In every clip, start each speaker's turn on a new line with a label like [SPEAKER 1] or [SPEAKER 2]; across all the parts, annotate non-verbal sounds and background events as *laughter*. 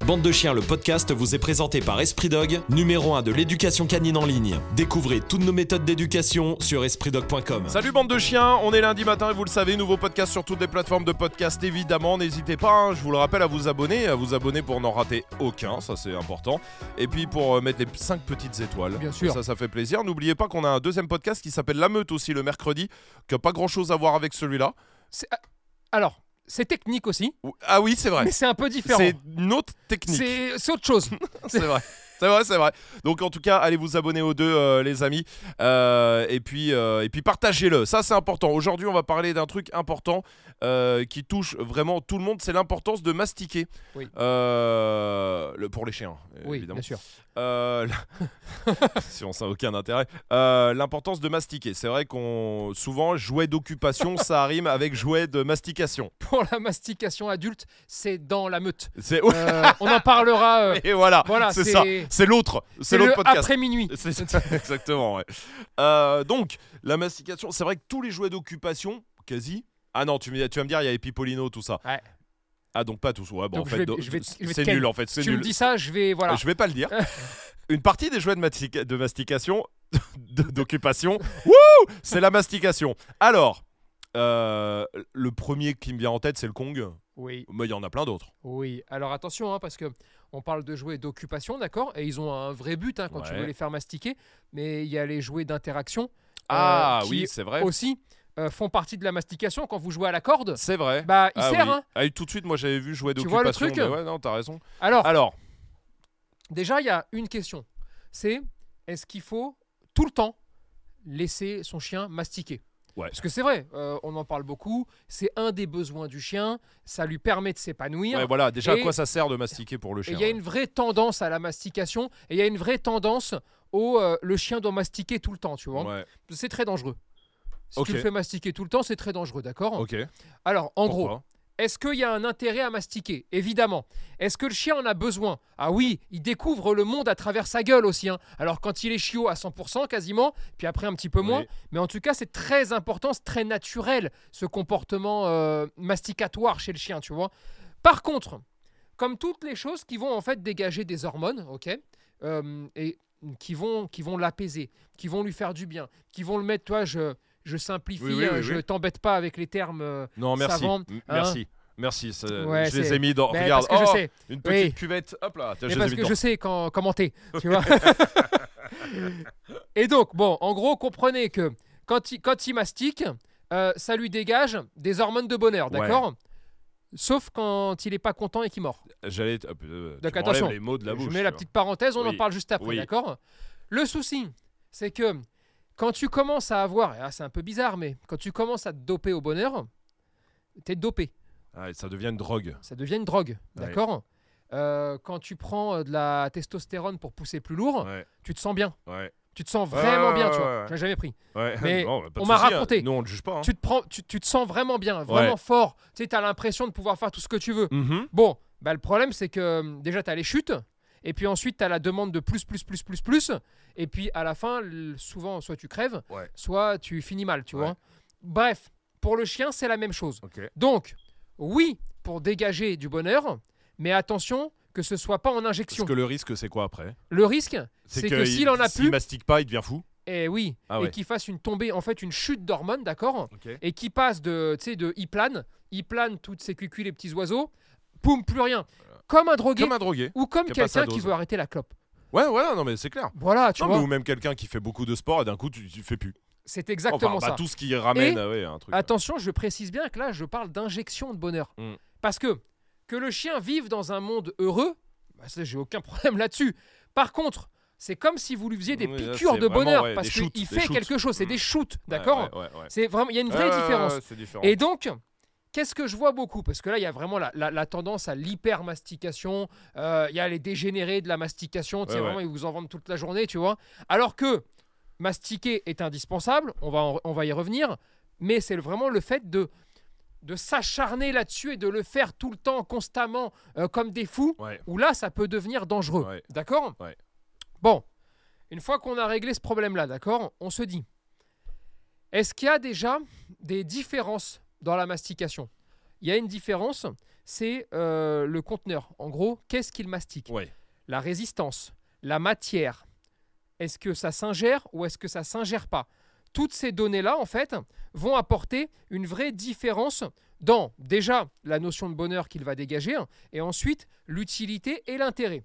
[SPEAKER 1] Bande de chiens, le podcast vous est présenté par Esprit Dog, numéro 1 de l'éducation canine en ligne. Découvrez toutes nos méthodes d'éducation sur espritdog.com.
[SPEAKER 2] Salut bande de chiens, on est lundi matin et vous le savez, nouveau podcast sur toutes les plateformes de podcast évidemment, n'hésitez pas, hein, je vous le rappelle, à vous abonner, à vous abonner pour n'en rater aucun, ça c'est important, et puis pour euh, mettre les 5 petites étoiles,
[SPEAKER 3] Bien sûr.
[SPEAKER 2] ça ça fait plaisir, n'oubliez pas qu'on a un deuxième podcast qui s'appelle La Meute aussi le mercredi, qui a pas grand chose à voir avec celui-là.
[SPEAKER 3] C'est- euh, Alors, c'est technique aussi,
[SPEAKER 2] Ou- Ah oui c'est vrai,
[SPEAKER 3] mais c'est un peu différent.
[SPEAKER 2] c'est une autre technique.
[SPEAKER 3] C'est c'est
[SPEAKER 2] *laughs*
[SPEAKER 3] autre chose.
[SPEAKER 2] C'est vrai. C'est vrai, c'est vrai. Donc en tout cas, allez vous abonner aux deux, euh, les amis, Euh, et puis euh, et puis partagez-le. Ça, c'est important. Aujourd'hui, on va parler d'un truc important euh, qui touche vraiment tout le monde. C'est l'importance de mastiquer.
[SPEAKER 3] Oui.
[SPEAKER 2] Euh, le, pour les chiens, euh,
[SPEAKER 3] Oui,
[SPEAKER 2] évidemment.
[SPEAKER 3] bien sûr.
[SPEAKER 2] Euh, la- *laughs* si on ça a aucun intérêt. Euh, l'importance de mastiquer. C'est vrai qu'on souvent jouet d'occupation, ça rime avec jouet de mastication.
[SPEAKER 3] Pour la mastication adulte, c'est dans la meute.
[SPEAKER 2] C'est
[SPEAKER 3] Euh, on en parlera.
[SPEAKER 2] *laughs*
[SPEAKER 3] euh,
[SPEAKER 2] et voilà.
[SPEAKER 3] voilà,
[SPEAKER 2] c'est
[SPEAKER 3] c'est-
[SPEAKER 2] ça. C'est l'autre. C'est
[SPEAKER 3] c'est
[SPEAKER 2] l'autre
[SPEAKER 3] le
[SPEAKER 2] podcast.
[SPEAKER 3] après minuit.
[SPEAKER 2] C'est ça, *laughs* exactement, ouais. Euh, donc, la mastication, c'est vrai que tous les jouets d'occupation, quasi. Ah non, tu, me- tu vas me dire, il y a Epipolino, tout ça.
[SPEAKER 3] Ouais.
[SPEAKER 2] Ah donc pas tous. Ouais, bon,
[SPEAKER 3] Donc,
[SPEAKER 2] en
[SPEAKER 3] je
[SPEAKER 2] fait,
[SPEAKER 3] vais-
[SPEAKER 2] donc,
[SPEAKER 3] je vais- je vais te
[SPEAKER 2] c'est
[SPEAKER 3] ken.
[SPEAKER 2] nul en fait, c'est
[SPEAKER 3] tu
[SPEAKER 2] nul.
[SPEAKER 3] me dis ça, je vais voilà.
[SPEAKER 2] Je vais pas le
[SPEAKER 3] *laughs*
[SPEAKER 2] dire. Une partie des jouets de, mastica- de mastication, *laughs* de- d'occupation, *laughs* wouh, c'est la mastication. Alors, euh, le premier qui me vient en tête, c'est le Kong.
[SPEAKER 3] Oui,
[SPEAKER 2] Mais il y en a plein d'autres.
[SPEAKER 3] oui. Alors attention, hein, parce que on parle de jouets d'occupation, d'accord, et ils ont un vrai but hein, quand tu
[SPEAKER 2] Ouais.
[SPEAKER 3] veux les faire mastiquer. Mais il y a les jouets d'interaction
[SPEAKER 2] Ah
[SPEAKER 3] Euh, qui
[SPEAKER 2] oui, c'est vrai.
[SPEAKER 3] aussi euh, font partie de la mastication quand vous jouez à la corde.
[SPEAKER 2] C'est vrai.
[SPEAKER 3] Bah, il
[SPEAKER 2] ah,
[SPEAKER 3] sert.
[SPEAKER 2] oui.
[SPEAKER 3] hein.
[SPEAKER 2] Ah, tout de suite, moi j'avais vu jouets
[SPEAKER 3] Tu vois le
[SPEAKER 2] d'occupation.
[SPEAKER 3] truc Oh.
[SPEAKER 2] mais ouais, non, t'as raison.
[SPEAKER 3] Alors,
[SPEAKER 2] Alors,
[SPEAKER 3] Déjà, il y a une question. C'est est-ce qu'il faut tout le temps laisser son chien mastiquer
[SPEAKER 2] Ouais.
[SPEAKER 3] Parce que c'est vrai, euh, on en parle beaucoup. C'est un des besoins du chien. Ça lui permet de s'épanouir.
[SPEAKER 2] Ouais, voilà, déjà à
[SPEAKER 3] Et-
[SPEAKER 2] quoi ça sert de mastiquer pour le
[SPEAKER 3] et
[SPEAKER 2] chien hein
[SPEAKER 3] il y a une vraie tendance à la mastication. Et il y a une vraie tendance au euh, le chien doit mastiquer tout le temps. Tu vois
[SPEAKER 2] ouais. Ouais,
[SPEAKER 3] C'est très dangereux. Si
[SPEAKER 2] Ok.
[SPEAKER 3] tu le fais mastiquer tout le temps, c'est très dangereux, d'accord
[SPEAKER 2] Ok.
[SPEAKER 3] Alors, en gros,
[SPEAKER 2] Pourquoi
[SPEAKER 3] est-ce qu'il y a un intérêt à mastiquer Évidemment. Est-ce que le chien en a besoin Ah oui, il découvre le monde à travers sa gueule aussi. hein. Alors quand il est chiot à 100% quasiment, puis après un petit peu moins.
[SPEAKER 2] Oui.
[SPEAKER 3] Mais en tout cas, c'est très important, c'est très naturel ce comportement euh, masticatoire chez le chien, tu vois. Par contre, comme toutes les choses qui vont en fait dégager des hormones, ok, euh, et qui vont, qui vont l'apaiser, qui vont lui faire du bien, qui vont le mettre, toi, je, je simplifie,
[SPEAKER 2] Oui, oui,
[SPEAKER 3] hein,
[SPEAKER 2] oui,
[SPEAKER 3] je
[SPEAKER 2] oui.
[SPEAKER 3] t'embête pas avec les termes. euh,
[SPEAKER 2] Non, merci.
[SPEAKER 3] savant,
[SPEAKER 2] M- Merci. Merci. c'est-
[SPEAKER 3] Ouais,
[SPEAKER 2] je les
[SPEAKER 3] c'est-
[SPEAKER 2] ai mis dans.
[SPEAKER 3] ben,
[SPEAKER 2] Regarde,
[SPEAKER 3] parce que
[SPEAKER 2] oh,
[SPEAKER 3] je sais.
[SPEAKER 2] une petite
[SPEAKER 3] Oui.
[SPEAKER 2] cuvette. Hop là, tiens, je les
[SPEAKER 3] Mais
[SPEAKER 2] ai
[SPEAKER 3] parce
[SPEAKER 2] mis
[SPEAKER 3] que
[SPEAKER 2] dedans.
[SPEAKER 3] je sais
[SPEAKER 2] *laughs*
[SPEAKER 3] quand commenter, tu vois. Et donc, bon, en gros, comprenez que quand il, quand il mastique, euh, ça lui dégage des hormones de bonheur,
[SPEAKER 2] Ouais.
[SPEAKER 3] d'accord Sauf quand il n'est pas content et qu'il mord.
[SPEAKER 2] J'allais. te- hop, euh,
[SPEAKER 3] Donc,
[SPEAKER 2] tu m'enlèves
[SPEAKER 3] attention.
[SPEAKER 2] les mots de la bouche.
[SPEAKER 3] Je mets la
[SPEAKER 2] tu vois.
[SPEAKER 3] petite parenthèse, on en
[SPEAKER 2] Oui.
[SPEAKER 3] parle juste après,
[SPEAKER 2] Oui.
[SPEAKER 3] d'accord Le souci, c'est que quand tu commences à avoir, et là, c'est un peu bizarre, mais quand tu commences à te doper au bonheur, t'es dopé.
[SPEAKER 2] Ah, et ça devient une drogue.
[SPEAKER 3] ça devient une drogue,
[SPEAKER 2] Ouais.
[SPEAKER 3] d'accord Euh, Quand tu prends euh, de la testostérone pour pousser plus lourd,
[SPEAKER 2] Ouais.
[SPEAKER 3] tu te sens bien.
[SPEAKER 2] Ouais.
[SPEAKER 3] Tu te sens
[SPEAKER 2] Ouais,
[SPEAKER 3] vraiment
[SPEAKER 2] ouais,
[SPEAKER 3] bien,
[SPEAKER 2] ouais,
[SPEAKER 3] tu
[SPEAKER 2] ouais,
[SPEAKER 3] vois.
[SPEAKER 2] ouais.
[SPEAKER 3] J'en ai jamais pris.
[SPEAKER 2] ouais. *laughs*
[SPEAKER 3] Mais
[SPEAKER 2] Non, pas de
[SPEAKER 3] on m'a
[SPEAKER 2] souci, hein.
[SPEAKER 3] raconté.
[SPEAKER 2] Nous, on ne juge pas. hein.
[SPEAKER 3] Tu te prends, tu, tu te sens vraiment bien, vraiment
[SPEAKER 2] Ouais.
[SPEAKER 3] fort. Tu sais, t'as l'impression de pouvoir faire tout ce que tu veux.
[SPEAKER 2] Mhm.
[SPEAKER 3] Bon, bah, le problème, c'est que euh, déjà, tu as les chutes, et puis ensuite, tu as la demande de plus, plus, plus, plus, plus. Et puis, à la fin, l- souvent, soit tu crèves,
[SPEAKER 2] Ouais.
[SPEAKER 3] soit tu finis mal, tu
[SPEAKER 2] Ouais.
[SPEAKER 3] vois. Bref, pour le chien, c'est la même chose.
[SPEAKER 2] Ok.
[SPEAKER 3] Donc, oui, pour dégager du bonheur, mais attention que ce soit pas en injection.
[SPEAKER 2] Parce que le risque, c'est quoi après
[SPEAKER 3] Le risque, c'est que
[SPEAKER 2] il-
[SPEAKER 3] s'il en a
[SPEAKER 2] S'il
[SPEAKER 3] plus,
[SPEAKER 2] mastique pas, il devient fou.
[SPEAKER 3] eh oui,
[SPEAKER 2] Ah ouais.
[SPEAKER 3] et qu'il fasse une tombée, en fait, une chute d'hormones, d'accord
[SPEAKER 2] Ok.
[SPEAKER 3] et qui passe de, tu sais, de il plane, il plane toutes ses cucules, les petits oiseaux, poum, plus rien. Comme un drogué
[SPEAKER 2] Comme un drogué.
[SPEAKER 3] ou comme
[SPEAKER 2] qui a pas sa
[SPEAKER 3] quelqu'un qui
[SPEAKER 2] dose.
[SPEAKER 3] veut arrêter la clope.
[SPEAKER 2] Ouais, ouais, non, mais c'est clair.
[SPEAKER 3] Voilà, tu
[SPEAKER 2] Non, mais
[SPEAKER 3] vois,
[SPEAKER 2] ou même quelqu'un qui fait beaucoup de sport et d'un coup, tu, tu fais plus.
[SPEAKER 3] c'est
[SPEAKER 2] Enfin,
[SPEAKER 3] exactement
[SPEAKER 2] bah,
[SPEAKER 3] ça.
[SPEAKER 2] tout ce qui ramène
[SPEAKER 3] Et-
[SPEAKER 2] ah ouais, un truc.
[SPEAKER 3] Attention, je précise bien que là, je parle d'injection de bonheur.
[SPEAKER 2] Mm.
[SPEAKER 3] Parce que que le chien vive dans un monde heureux, bah, ça, j'ai aucun *laughs* problème là-dessus. Par contre, c'est comme si vous lui faisiez des
[SPEAKER 2] Oui, là,
[SPEAKER 3] piqûres
[SPEAKER 2] c'est
[SPEAKER 3] de
[SPEAKER 2] vraiment,
[SPEAKER 3] bonheur,
[SPEAKER 2] ouais,
[SPEAKER 3] parce
[SPEAKER 2] des shoots,
[SPEAKER 3] qu'il
[SPEAKER 2] des
[SPEAKER 3] fait
[SPEAKER 2] shoots.
[SPEAKER 3] quelque chose, c'est
[SPEAKER 2] Mm.
[SPEAKER 3] des shoots,
[SPEAKER 2] Ouais,
[SPEAKER 3] d'accord
[SPEAKER 2] ouais, ouais, ouais.
[SPEAKER 3] C'est vraiment, il y a une vraie
[SPEAKER 2] Ouais, ouais,
[SPEAKER 3] différence.
[SPEAKER 2] ouais, c'est différent.
[SPEAKER 3] Et donc, qu'est-ce que je vois beaucoup Parce que là, il y a vraiment la, la- la tendance à l'hypermastication. euh, Il y a les dégénérés de la mastication. Tu sais,
[SPEAKER 2] Ouais, ouais.
[SPEAKER 3] vraiment, ils vous en vendent toute la journée, tu vois. Alors que mastiquer est indispensable. On va, en- on va y revenir. Mais c'est le- vraiment le fait de de s'acharner là-dessus et de le faire tout le temps, constamment, euh, comme des fous,
[SPEAKER 2] Ouais.
[SPEAKER 3] où là, ça peut devenir dangereux.
[SPEAKER 2] Ouais.
[SPEAKER 3] D'accord
[SPEAKER 2] Ouais.
[SPEAKER 3] Bon, une fois qu'on a réglé ce problème-là, d'accord, on se dit, est-ce qu'il y a déjà des différences dans la mastication Il y a une différence, c'est euh, le conteneur. En gros, qu'est-ce qu'il mastique
[SPEAKER 2] Ouais.
[SPEAKER 3] La résistance, la matière. Est-ce que ça s'ingère ou est-ce que ça s'ingère pas Toutes ces données-là, en fait, vont apporter une vraie différence dans déjà la notion de bonheur qu'il va dégager hein, et ensuite l'utilité et l'intérêt.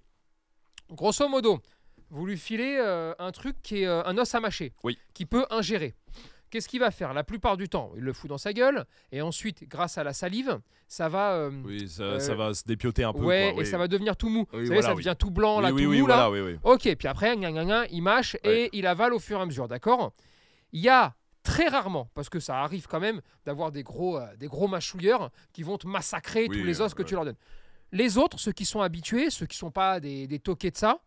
[SPEAKER 3] Grosso modo, vous lui filez euh, un truc qui est euh, un os à mâcher,
[SPEAKER 2] Oui.
[SPEAKER 3] qui peut ingérer. Qu'est-ce qu'il va faire La plupart du temps, il le fout dans sa gueule et ensuite, grâce à la salive, ça va. euh,
[SPEAKER 2] Oui, ça,
[SPEAKER 3] Euh,
[SPEAKER 2] ça va se dépioter un peu.
[SPEAKER 3] ouais,
[SPEAKER 2] quoi,
[SPEAKER 3] et
[SPEAKER 2] oui.
[SPEAKER 3] ça va devenir tout mou.
[SPEAKER 2] Oui,
[SPEAKER 3] Vous savez,
[SPEAKER 2] voilà,
[SPEAKER 3] ça
[SPEAKER 2] oui.
[SPEAKER 3] devient tout blanc, là,
[SPEAKER 2] Oui,
[SPEAKER 3] tout
[SPEAKER 2] oui,
[SPEAKER 3] mou,
[SPEAKER 2] oui,
[SPEAKER 3] là.
[SPEAKER 2] voilà, oui, oui.
[SPEAKER 3] Ok, puis après, gna, gna, gna, il mâche
[SPEAKER 2] Ouais.
[SPEAKER 3] et il avale au fur et à mesure, d'accord Il y a très rarement, parce que ça arrive quand même, d'avoir des gros, euh, des gros mâchouilleurs qui vont te massacrer
[SPEAKER 2] Oui,
[SPEAKER 3] tous les os
[SPEAKER 2] euh,
[SPEAKER 3] que
[SPEAKER 2] ouais.
[SPEAKER 3] tu leur donnes. Les autres, ceux qui sont habitués, ceux qui sont pas des, des toqués de ça,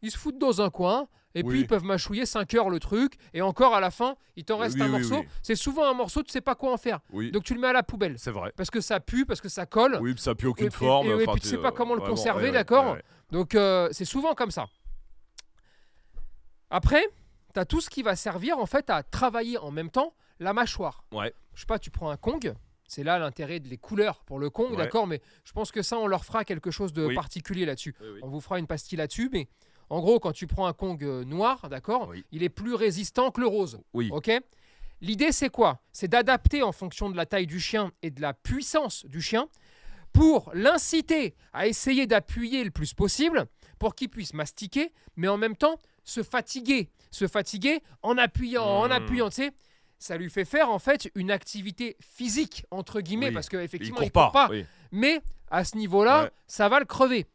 [SPEAKER 3] ils se foutent dans un coin et
[SPEAKER 2] Oui.
[SPEAKER 3] puis ils peuvent mâchouiller 5 heures le truc et encore à la fin, il t'en
[SPEAKER 2] Oui,
[SPEAKER 3] reste
[SPEAKER 2] oui,
[SPEAKER 3] un
[SPEAKER 2] oui,
[SPEAKER 3] morceau.
[SPEAKER 2] oui.
[SPEAKER 3] C'est souvent un morceau, tu sais pas quoi en faire.
[SPEAKER 2] Oui,
[SPEAKER 3] Donc tu le mets à la poubelle
[SPEAKER 2] c'est vrai.
[SPEAKER 3] parce que ça pue, parce que ça colle.
[SPEAKER 2] Oui, puis ça pue
[SPEAKER 3] et-
[SPEAKER 2] aucune
[SPEAKER 3] et-
[SPEAKER 2] forme.
[SPEAKER 3] et- et
[SPEAKER 2] enfin,
[SPEAKER 3] puis tu sais
[SPEAKER 2] t'es,
[SPEAKER 3] pas
[SPEAKER 2] euh,
[SPEAKER 3] comment le
[SPEAKER 2] vraiment,
[SPEAKER 3] conserver,
[SPEAKER 2] ouais, ouais,
[SPEAKER 3] d'accord
[SPEAKER 2] ouais, ouais.
[SPEAKER 3] Donc euh, c'est souvent comme ça. Après, tu as tout ce qui va servir en fait à travailler en même temps la mâchoire.
[SPEAKER 2] Ouais.
[SPEAKER 3] Je sais pas, tu prends un Kong, c'est là l'intérêt des couleurs pour le Kong,
[SPEAKER 2] Ouais.
[SPEAKER 3] d'accord Mais je pense que ça, on leur fera quelque chose de
[SPEAKER 2] Oui.
[SPEAKER 3] particulier là-dessus.
[SPEAKER 2] Oui, oui.
[SPEAKER 3] On vous fera une pastille là-dessus, mais en gros, quand tu prends un Kong euh, noir, d'accord
[SPEAKER 2] Oui.
[SPEAKER 3] Il est plus résistant que le rose.
[SPEAKER 2] Oui.
[SPEAKER 3] Ok L'idée, c'est quoi C'est d'adapter en fonction de la taille du chien et de la puissance du chien pour l'inciter à essayer d'appuyer le plus possible pour qu'il puisse mastiquer, mais en même temps se fatiguer. Se fatiguer en appuyant, en
[SPEAKER 2] Mhm.
[SPEAKER 3] appuyant, tu sais. Ça lui fait faire en fait une activité physique, entre guillemets,
[SPEAKER 2] Oui.
[SPEAKER 3] parce
[SPEAKER 2] Il
[SPEAKER 3] qu'effectivement,
[SPEAKER 2] court pas.
[SPEAKER 3] pas.
[SPEAKER 2] oui.
[SPEAKER 3] Mais à ce niveau-là,
[SPEAKER 2] Ouais.
[SPEAKER 3] ça va le crever.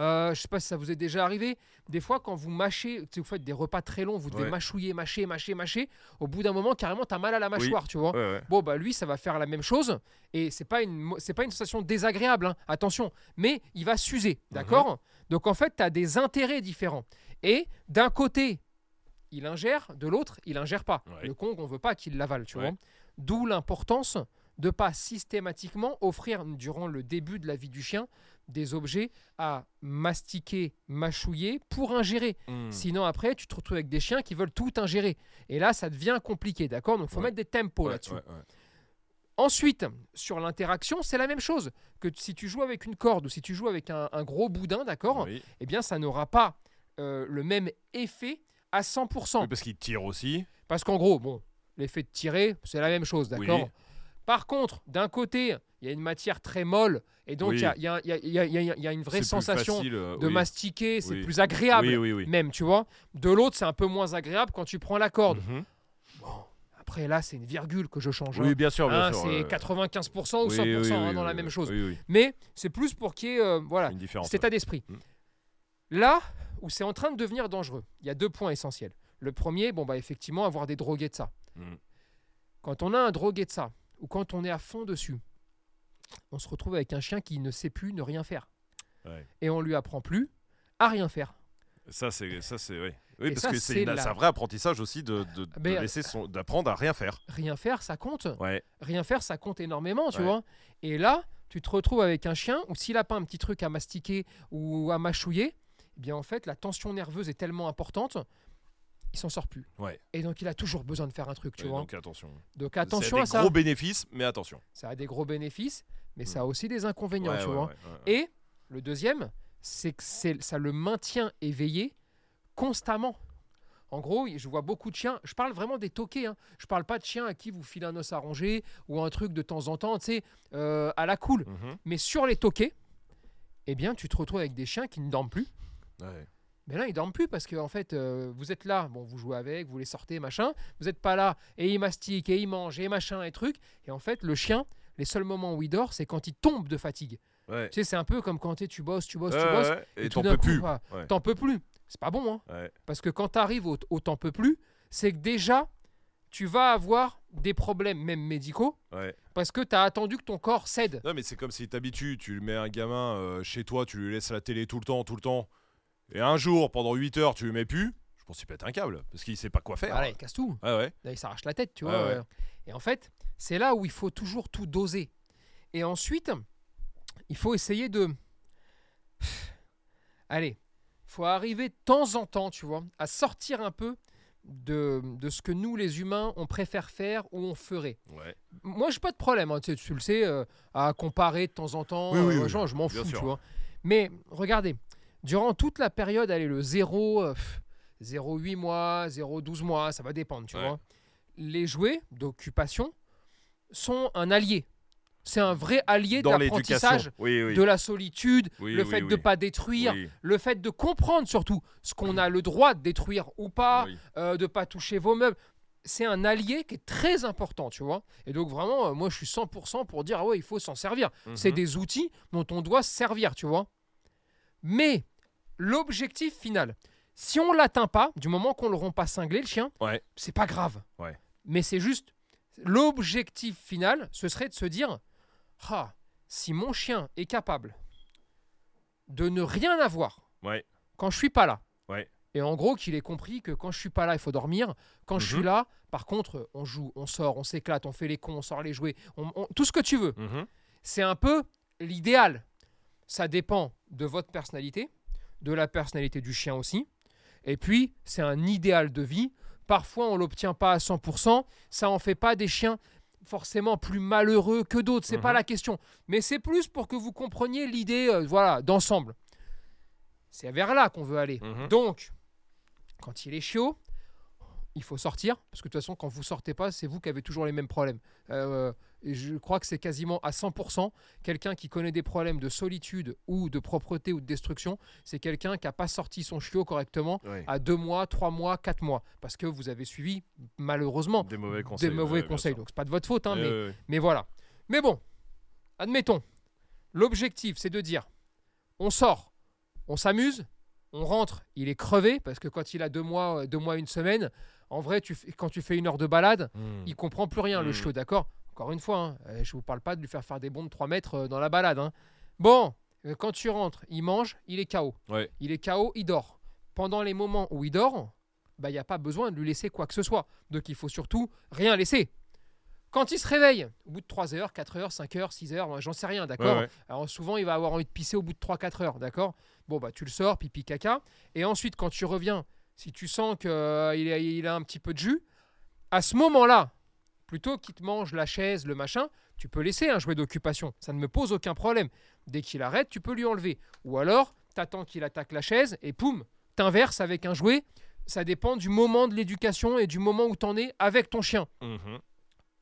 [SPEAKER 3] Euh, je sais pas si ça vous est déjà arrivé. Des fois, quand vous mâchez, tu sais, vous faites des repas très longs, vous devez
[SPEAKER 2] Ouais.
[SPEAKER 3] mâchouiller, mâcher, mâcher, mâcher. Au bout d'un moment, carrément, t'as mal à la mâchoire, tu vois.
[SPEAKER 2] Ouais, ouais.
[SPEAKER 3] Bon, bah lui, ça va faire la même chose. Et c'est pas une, mo- c'est pas une sensation désagréable, hein, attention. Mais il va s'user,
[SPEAKER 2] Mhm.
[SPEAKER 3] d'accord Donc en fait, tu as des intérêts différents. Et d'un côté, il ingère, de l'autre, il ingère pas.
[SPEAKER 2] Ouais.
[SPEAKER 3] Le Kong, on veut pas qu'il l'avale, tu
[SPEAKER 2] Ouais.
[SPEAKER 3] vois. D'où l'importance de pas systématiquement offrir, durant le début de la vie du chien, des objets à mastiquer, mâchouiller pour ingérer.
[SPEAKER 2] Hmm. Mmh.
[SPEAKER 3] Sinon, après, tu te retrouves avec des chiens qui veulent tout ingérer. Et là, ça devient compliqué, d'accord Donc, faut
[SPEAKER 2] Ouais.
[SPEAKER 3] mettre des tempos
[SPEAKER 2] Ouais,
[SPEAKER 3] là-dessus.
[SPEAKER 2] ouais, ouais.
[SPEAKER 3] Ensuite, sur l'interaction, c'est la même chose. Que t- si tu joues avec une corde ou si tu joues avec un, un gros boudin, d'accord
[SPEAKER 2] Oui.
[SPEAKER 3] Eh bien, ça n'aura pas euh, le même effet à
[SPEAKER 2] Oui,
[SPEAKER 3] 100%.
[SPEAKER 2] parce qu'il tire aussi.
[SPEAKER 3] Parce qu'en gros, bon, l'effet de tirer, c'est la même chose,
[SPEAKER 2] Oui.
[SPEAKER 3] d'accord Par contre, d'un côté, il y a une matière très molle et donc
[SPEAKER 2] Oui.
[SPEAKER 3] il y a- il y, a- il y a- il y a- il y a- il y a une
[SPEAKER 2] C'est
[SPEAKER 3] vraie
[SPEAKER 2] plus
[SPEAKER 3] sensation
[SPEAKER 2] facile, euh,
[SPEAKER 3] de
[SPEAKER 2] oui.
[SPEAKER 3] mastiquer, c'est
[SPEAKER 2] Oui.
[SPEAKER 3] plus agréable
[SPEAKER 2] Oui, oui, oui.
[SPEAKER 3] même, tu vois De l'autre, c'est un peu moins agréable quand tu prends la corde.
[SPEAKER 2] Mhm.
[SPEAKER 3] Après, là, c'est une virgule que je change. hein.
[SPEAKER 2] Oui, bien sûr, bien
[SPEAKER 3] Hein,
[SPEAKER 2] sûr.
[SPEAKER 3] c'est
[SPEAKER 2] ouais.
[SPEAKER 3] 95% ou 100%
[SPEAKER 2] Oui, oui,
[SPEAKER 3] hein,
[SPEAKER 2] oui,
[SPEAKER 3] dans la
[SPEAKER 2] oui,
[SPEAKER 3] même
[SPEAKER 2] oui,
[SPEAKER 3] chose.
[SPEAKER 2] Oui, oui.
[SPEAKER 3] Mais c'est plus pour qu'il y ait euh, voilà,
[SPEAKER 2] Une différence.
[SPEAKER 3] cet état d'esprit.
[SPEAKER 2] Mm.
[SPEAKER 3] Là où c'est en train de devenir dangereux, il y a deux points essentiels. Le premier, bon bah effectivement, avoir des drogués de ça.
[SPEAKER 2] Mm.
[SPEAKER 3] Quand on a un drogué de ça, ou quand on est à fond dessus, on se retrouve avec un chien qui ne sait plus ne rien faire.
[SPEAKER 2] Ouais.
[SPEAKER 3] Et on lui apprend plus à rien faire.
[SPEAKER 2] Ça, c'est. Ça, c'est oui. oui,
[SPEAKER 3] Euh, Et
[SPEAKER 2] parce
[SPEAKER 3] ça,
[SPEAKER 2] que
[SPEAKER 3] c'est
[SPEAKER 2] c'est une-
[SPEAKER 3] la-
[SPEAKER 2] c'est un vrai apprentissage aussi de, de, de
[SPEAKER 3] Mais, euh,
[SPEAKER 2] laisser son. d'apprendre à rien faire.
[SPEAKER 3] Rien faire, ça compte.
[SPEAKER 2] Ouais.
[SPEAKER 3] rien faire, ça compte énormément, tu
[SPEAKER 2] Ouais.
[SPEAKER 3] vois. Et là, tu te retrouves avec un chien où s'il a pas un petit truc à mastiquer ou à mâchouiller, eh bien en fait, la tension nerveuse est tellement importante, il s'en sort plus.
[SPEAKER 2] Ouais.
[SPEAKER 3] Et donc, il a toujours besoin de faire un truc, tu
[SPEAKER 2] Ouais,
[SPEAKER 3] vois. Donc,
[SPEAKER 2] Donc attention.
[SPEAKER 3] attention
[SPEAKER 2] C'est
[SPEAKER 3] à
[SPEAKER 2] des
[SPEAKER 3] ça.
[SPEAKER 2] gros bénéfices, mais attention.
[SPEAKER 3] Ça a des gros bénéfices, mais
[SPEAKER 2] Mm.
[SPEAKER 3] ça a aussi des inconvénients,
[SPEAKER 2] Ouais,
[SPEAKER 3] tu
[SPEAKER 2] ouais,
[SPEAKER 3] vois.
[SPEAKER 2] ouais, ouais, ouais.
[SPEAKER 3] Et le deuxième, c'est que c'est- ça le maintient éveillé constamment. En gros, je vois beaucoup de chiens. Je parle vraiment des toqués. Hein. Je parle pas de chiens à qui vous filez un os à ronger ou un truc de temps en temps, tu sais, euh, à la cool.
[SPEAKER 2] Mhm.
[SPEAKER 3] Mais sur les toqués, eh bien, tu te retrouves avec des chiens qui ne dorment plus.
[SPEAKER 2] Ouais.
[SPEAKER 3] Mais là, ils dorment plus parce que en fait, euh, vous êtes là, bon, vous jouez avec, vous les sortez, machin. Vous n'êtes pas là et ils mastiquent et ils mangent et machin et truc. Et en fait, le chien, les seuls moments où il dort, c'est quand il tombe de fatigue.
[SPEAKER 2] Ouais.
[SPEAKER 3] Tu sais, c'est un peu comme quand t'es- tu bosses, tu bosses, tu
[SPEAKER 2] Ouais,
[SPEAKER 3] bosses.
[SPEAKER 2] ouais, Et
[SPEAKER 3] tout
[SPEAKER 2] t'en
[SPEAKER 3] d'un
[SPEAKER 2] peux
[SPEAKER 3] coup,
[SPEAKER 2] plus.
[SPEAKER 3] bah,
[SPEAKER 2] Ouais.
[SPEAKER 3] T'en peux plus. C'est pas bon, hein.
[SPEAKER 2] Ouais.
[SPEAKER 3] Parce que quand t'arrives au, au t'en peux plus, c'est que déjà, tu vas avoir des problèmes, même médicaux,
[SPEAKER 2] Ouais.
[SPEAKER 3] parce que t'as attendu que ton corps cède.
[SPEAKER 2] Non, mais c'est comme si t'habitues, tu mets un gamin euh, chez toi, tu lui laisses la télé tout le temps, tout le temps, et un jour, pendant 8 heures, tu lui mets plus, je pense qu'il pète un câble, parce qu'il sait pas quoi faire.
[SPEAKER 3] Voilà, il casse tout.
[SPEAKER 2] Ouais, ouais.
[SPEAKER 3] Là, il s'arrache la tête, tu
[SPEAKER 2] Ouais,
[SPEAKER 3] vois.
[SPEAKER 2] ouais.
[SPEAKER 3] euh. Et en fait, c'est là où il faut toujours tout doser. Et ensuite, il faut essayer de. *sighs* Allez, faut arriver de temps en temps, tu vois, à sortir un peu de, de ce que nous, les humains, on préfère faire ou on ferait.
[SPEAKER 2] Ouais.
[SPEAKER 3] Moi, j'ai pas de problème, hein, tu, sais, tu le sais, euh, à comparer de temps en temps
[SPEAKER 2] Oui, oui,
[SPEAKER 3] euh, aux
[SPEAKER 2] oui,
[SPEAKER 3] gens, je m'en
[SPEAKER 2] bien
[SPEAKER 3] fous,
[SPEAKER 2] sûr.
[SPEAKER 3] tu vois. Mais regardez, durant toute la période, allez, le 0, euh, pff, 0,8 mois, 0,12 mois, ça va dépendre, tu
[SPEAKER 2] Ouais.
[SPEAKER 3] vois. Les jouets d'occupation sont un allié. C'est un vrai allié
[SPEAKER 2] Dans
[SPEAKER 3] d'apprentissage,
[SPEAKER 2] l'éducation. Oui, oui.
[SPEAKER 3] de la solitude,
[SPEAKER 2] Oui,
[SPEAKER 3] le
[SPEAKER 2] oui,
[SPEAKER 3] fait de
[SPEAKER 2] oui.
[SPEAKER 3] ne pas détruire,
[SPEAKER 2] Oui,
[SPEAKER 3] le fait de comprendre surtout ce qu'on a le droit de détruire ou pas,
[SPEAKER 2] oui.
[SPEAKER 3] euh, de pas toucher vos meubles. C'est un allié qui est très important, tu vois. Et donc vraiment, euh, moi je suis 100% pour dire, ah ouais, il faut s'en servir. C'est
[SPEAKER 2] Mhm.
[SPEAKER 3] des outils dont on doit se servir, tu vois. Mais l'objectif final, si on l'atteint pas, du moment qu'on l'auront pas cinglé, le chien,
[SPEAKER 2] Ouais.
[SPEAKER 3] c'est pas grave.
[SPEAKER 2] Ouais.
[SPEAKER 3] Mais c'est juste, l'objectif final, ce serait de se dire, ah, si mon chien est capable de ne rien avoir
[SPEAKER 2] Ouais.
[SPEAKER 3] quand je suis pas là.
[SPEAKER 2] Ouais.
[SPEAKER 3] Et en gros, qu'il ait compris que quand je suis pas là, il faut dormir. Quand je suis
[SPEAKER 2] Mhm.
[SPEAKER 3] là, par contre, on joue, on sort, on s'éclate, on fait les cons, on sort les jouets, on- on- tout ce que tu veux.
[SPEAKER 2] Mhm.
[SPEAKER 3] C'est un peu l'idéal. Ça dépend de votre personnalité, de la personnalité du chien aussi. Et puis, c'est un idéal de vie. Parfois, on l'obtient pas à 100%. Ça en fait pas des chiens forcément plus malheureux que d'autres. C'est pas
[SPEAKER 2] Mhm.
[SPEAKER 3] la question. Mais c'est plus pour que vous compreniez l'idée, euh, voilà, d'ensemble. C'est vers là qu'on veut aller.
[SPEAKER 2] Mhm.
[SPEAKER 3] Donc, quand il est chaud, il faut sortir, parce que de toute façon, quand vous sortez pas, c'est vous qui avez toujours les mêmes problèmes. Euh, et je crois que c'est quasiment à 100%. Quelqu'un qui connaît des problèmes de solitude ou de propreté ou de destruction, c'est quelqu'un qui n'a pas sorti son chiot correctement
[SPEAKER 2] Ouais.
[SPEAKER 3] à 2 mois, 3 mois, 4 mois, parce que vous avez suivi, *laughs* malheureusement,
[SPEAKER 2] Des mauvais conseils.
[SPEAKER 3] des mauvais
[SPEAKER 2] ouais, bien
[SPEAKER 3] conseils.
[SPEAKER 2] sûr.
[SPEAKER 3] Donc, c'est pas de votre faute, hein, mais,
[SPEAKER 2] Ouais, ouais,
[SPEAKER 3] mais voilà. Mais bon, admettons, l'objectif, c'est de dire, on sort, on s'amuse, on rentre, il est crevé, parce que quand il a deux mois, euh, deux mois une semaine, en vrai, tu, fais- quand tu fais une heure de balade,
[SPEAKER 2] ouais. Mhm.
[SPEAKER 3] il comprend plus rien, le
[SPEAKER 2] Mm.
[SPEAKER 3] chiot, d'accord Encore une fois, hein, euh, je vous parle pas de lui faire faire des bons de 3 mètres euh, dans la balade. hein. Bon, euh, quand tu rentres, il mange, il est KO.
[SPEAKER 2] Ouais.
[SPEAKER 3] Il est KO, il dort. Pendant les moments où il dort, bah, il n'y a pas besoin de lui laisser quoi que ce soit. Donc il faut surtout rien laisser. Quand il se réveille, au bout de 3 heures, 4 heures, 5 heures, 6 heures, moi, j'en sais rien,
[SPEAKER 2] Ouais,
[SPEAKER 3] d'accord hein.
[SPEAKER 2] ouais.
[SPEAKER 3] alors souvent, il va avoir envie de pisser au bout de 3-4 heures, d'accord Bon, bah tu le sors, pipi, caca. Et ensuite, quand tu reviens, si tu sens qu'il a, il a un petit peu de jus, à ce moment-là, plutôt qu'il te mange la chaise, le machin, tu peux laisser un jouet d'occupation. Ça ne me pose aucun problème. Dès qu'il arrête, tu peux lui enlever. Ou alors, t'attends qu'il attaque la chaise et poum, t'inverses avec un jouet. Ça dépend du moment de l'éducation et du moment où t'en es avec ton chien
[SPEAKER 2] Mhm.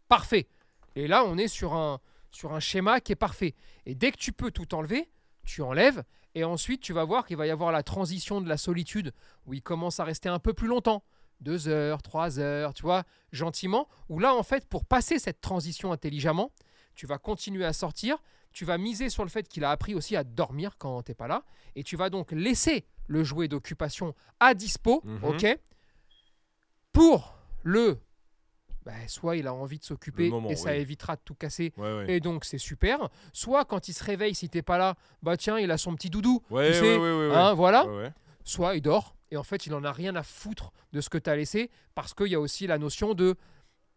[SPEAKER 3] parfait. Et là, on est sur un, sur un schéma qui est parfait. Et dès que tu peux tout enlever, tu enlèves. Et ensuite, tu vas voir qu'il va y avoir la transition de la solitude où il commence à rester un peu plus longtemps. Deux heures, trois heures, tu vois, gentiment. Où là, en fait, pour passer cette transition intelligemment, tu vas continuer à sortir. Tu vas miser sur le fait qu'il a appris aussi à dormir quand t'es pas là. Et tu vas donc laisser le jouet d'occupation à dispo,
[SPEAKER 2] Mhm.
[SPEAKER 3] ok Pour le bah, soit il a envie de s'occuper
[SPEAKER 2] Le moment,
[SPEAKER 3] et ça
[SPEAKER 2] oui.
[SPEAKER 3] évitera de tout casser.
[SPEAKER 2] Ouais, ouais.
[SPEAKER 3] Et donc c'est super. Soit quand il se réveille, si t'es pas là, bah tiens, il a son petit doudou.
[SPEAKER 2] Ouais, ouais,
[SPEAKER 3] tu sais,
[SPEAKER 2] ouais, ouais, ouais.
[SPEAKER 3] hein, voilà.
[SPEAKER 2] Ouais, ouais.
[SPEAKER 3] Soit il dort et en fait il en a rien à foutre de ce que t'as laissé parce qu'il y a aussi la notion de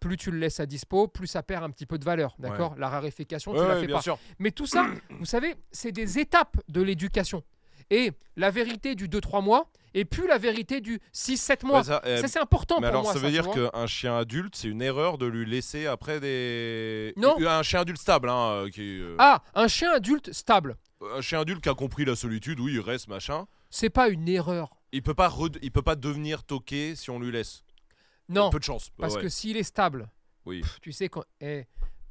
[SPEAKER 3] plus tu le laisses à dispo, plus ça perd un petit peu de valeur, d'accord La raréfication,
[SPEAKER 2] Ouais,
[SPEAKER 3] tu la
[SPEAKER 2] ouais,
[SPEAKER 3] fais
[SPEAKER 2] bien
[SPEAKER 3] pas.
[SPEAKER 2] sûr.
[SPEAKER 3] Mais
[SPEAKER 2] *clears throat*
[SPEAKER 3] tout ça, vous savez, c'est des étapes de l'éducation. Et la vérité du 2-3 mois et puis la vérité du 6-7 mois.
[SPEAKER 2] Ouais, ça, euh,
[SPEAKER 3] ça c'est important
[SPEAKER 2] mais
[SPEAKER 3] pour
[SPEAKER 2] alors
[SPEAKER 3] moi.
[SPEAKER 2] ça
[SPEAKER 3] ça,
[SPEAKER 2] veut
[SPEAKER 3] tu
[SPEAKER 2] dire
[SPEAKER 3] vois.
[SPEAKER 2] qu'un chien adulte, c'est une erreur de lui laisser après des... Euh,
[SPEAKER 3] Non.
[SPEAKER 2] Un chien adulte stable, hein, euh, qui, euh,
[SPEAKER 3] Ah, un chien adulte stable.
[SPEAKER 2] un chien adulte qui a compris la solitude, oui, il reste machin.
[SPEAKER 3] c'est pas une erreur.
[SPEAKER 2] Il peut pas, red- il peut pas devenir toqué si on lui laisse.
[SPEAKER 3] Non,
[SPEAKER 2] Peu de chance. bah
[SPEAKER 3] parce
[SPEAKER 2] ouais.
[SPEAKER 3] que s'il est stable,
[SPEAKER 2] Oui.
[SPEAKER 3] pff, tu sais quand. eh,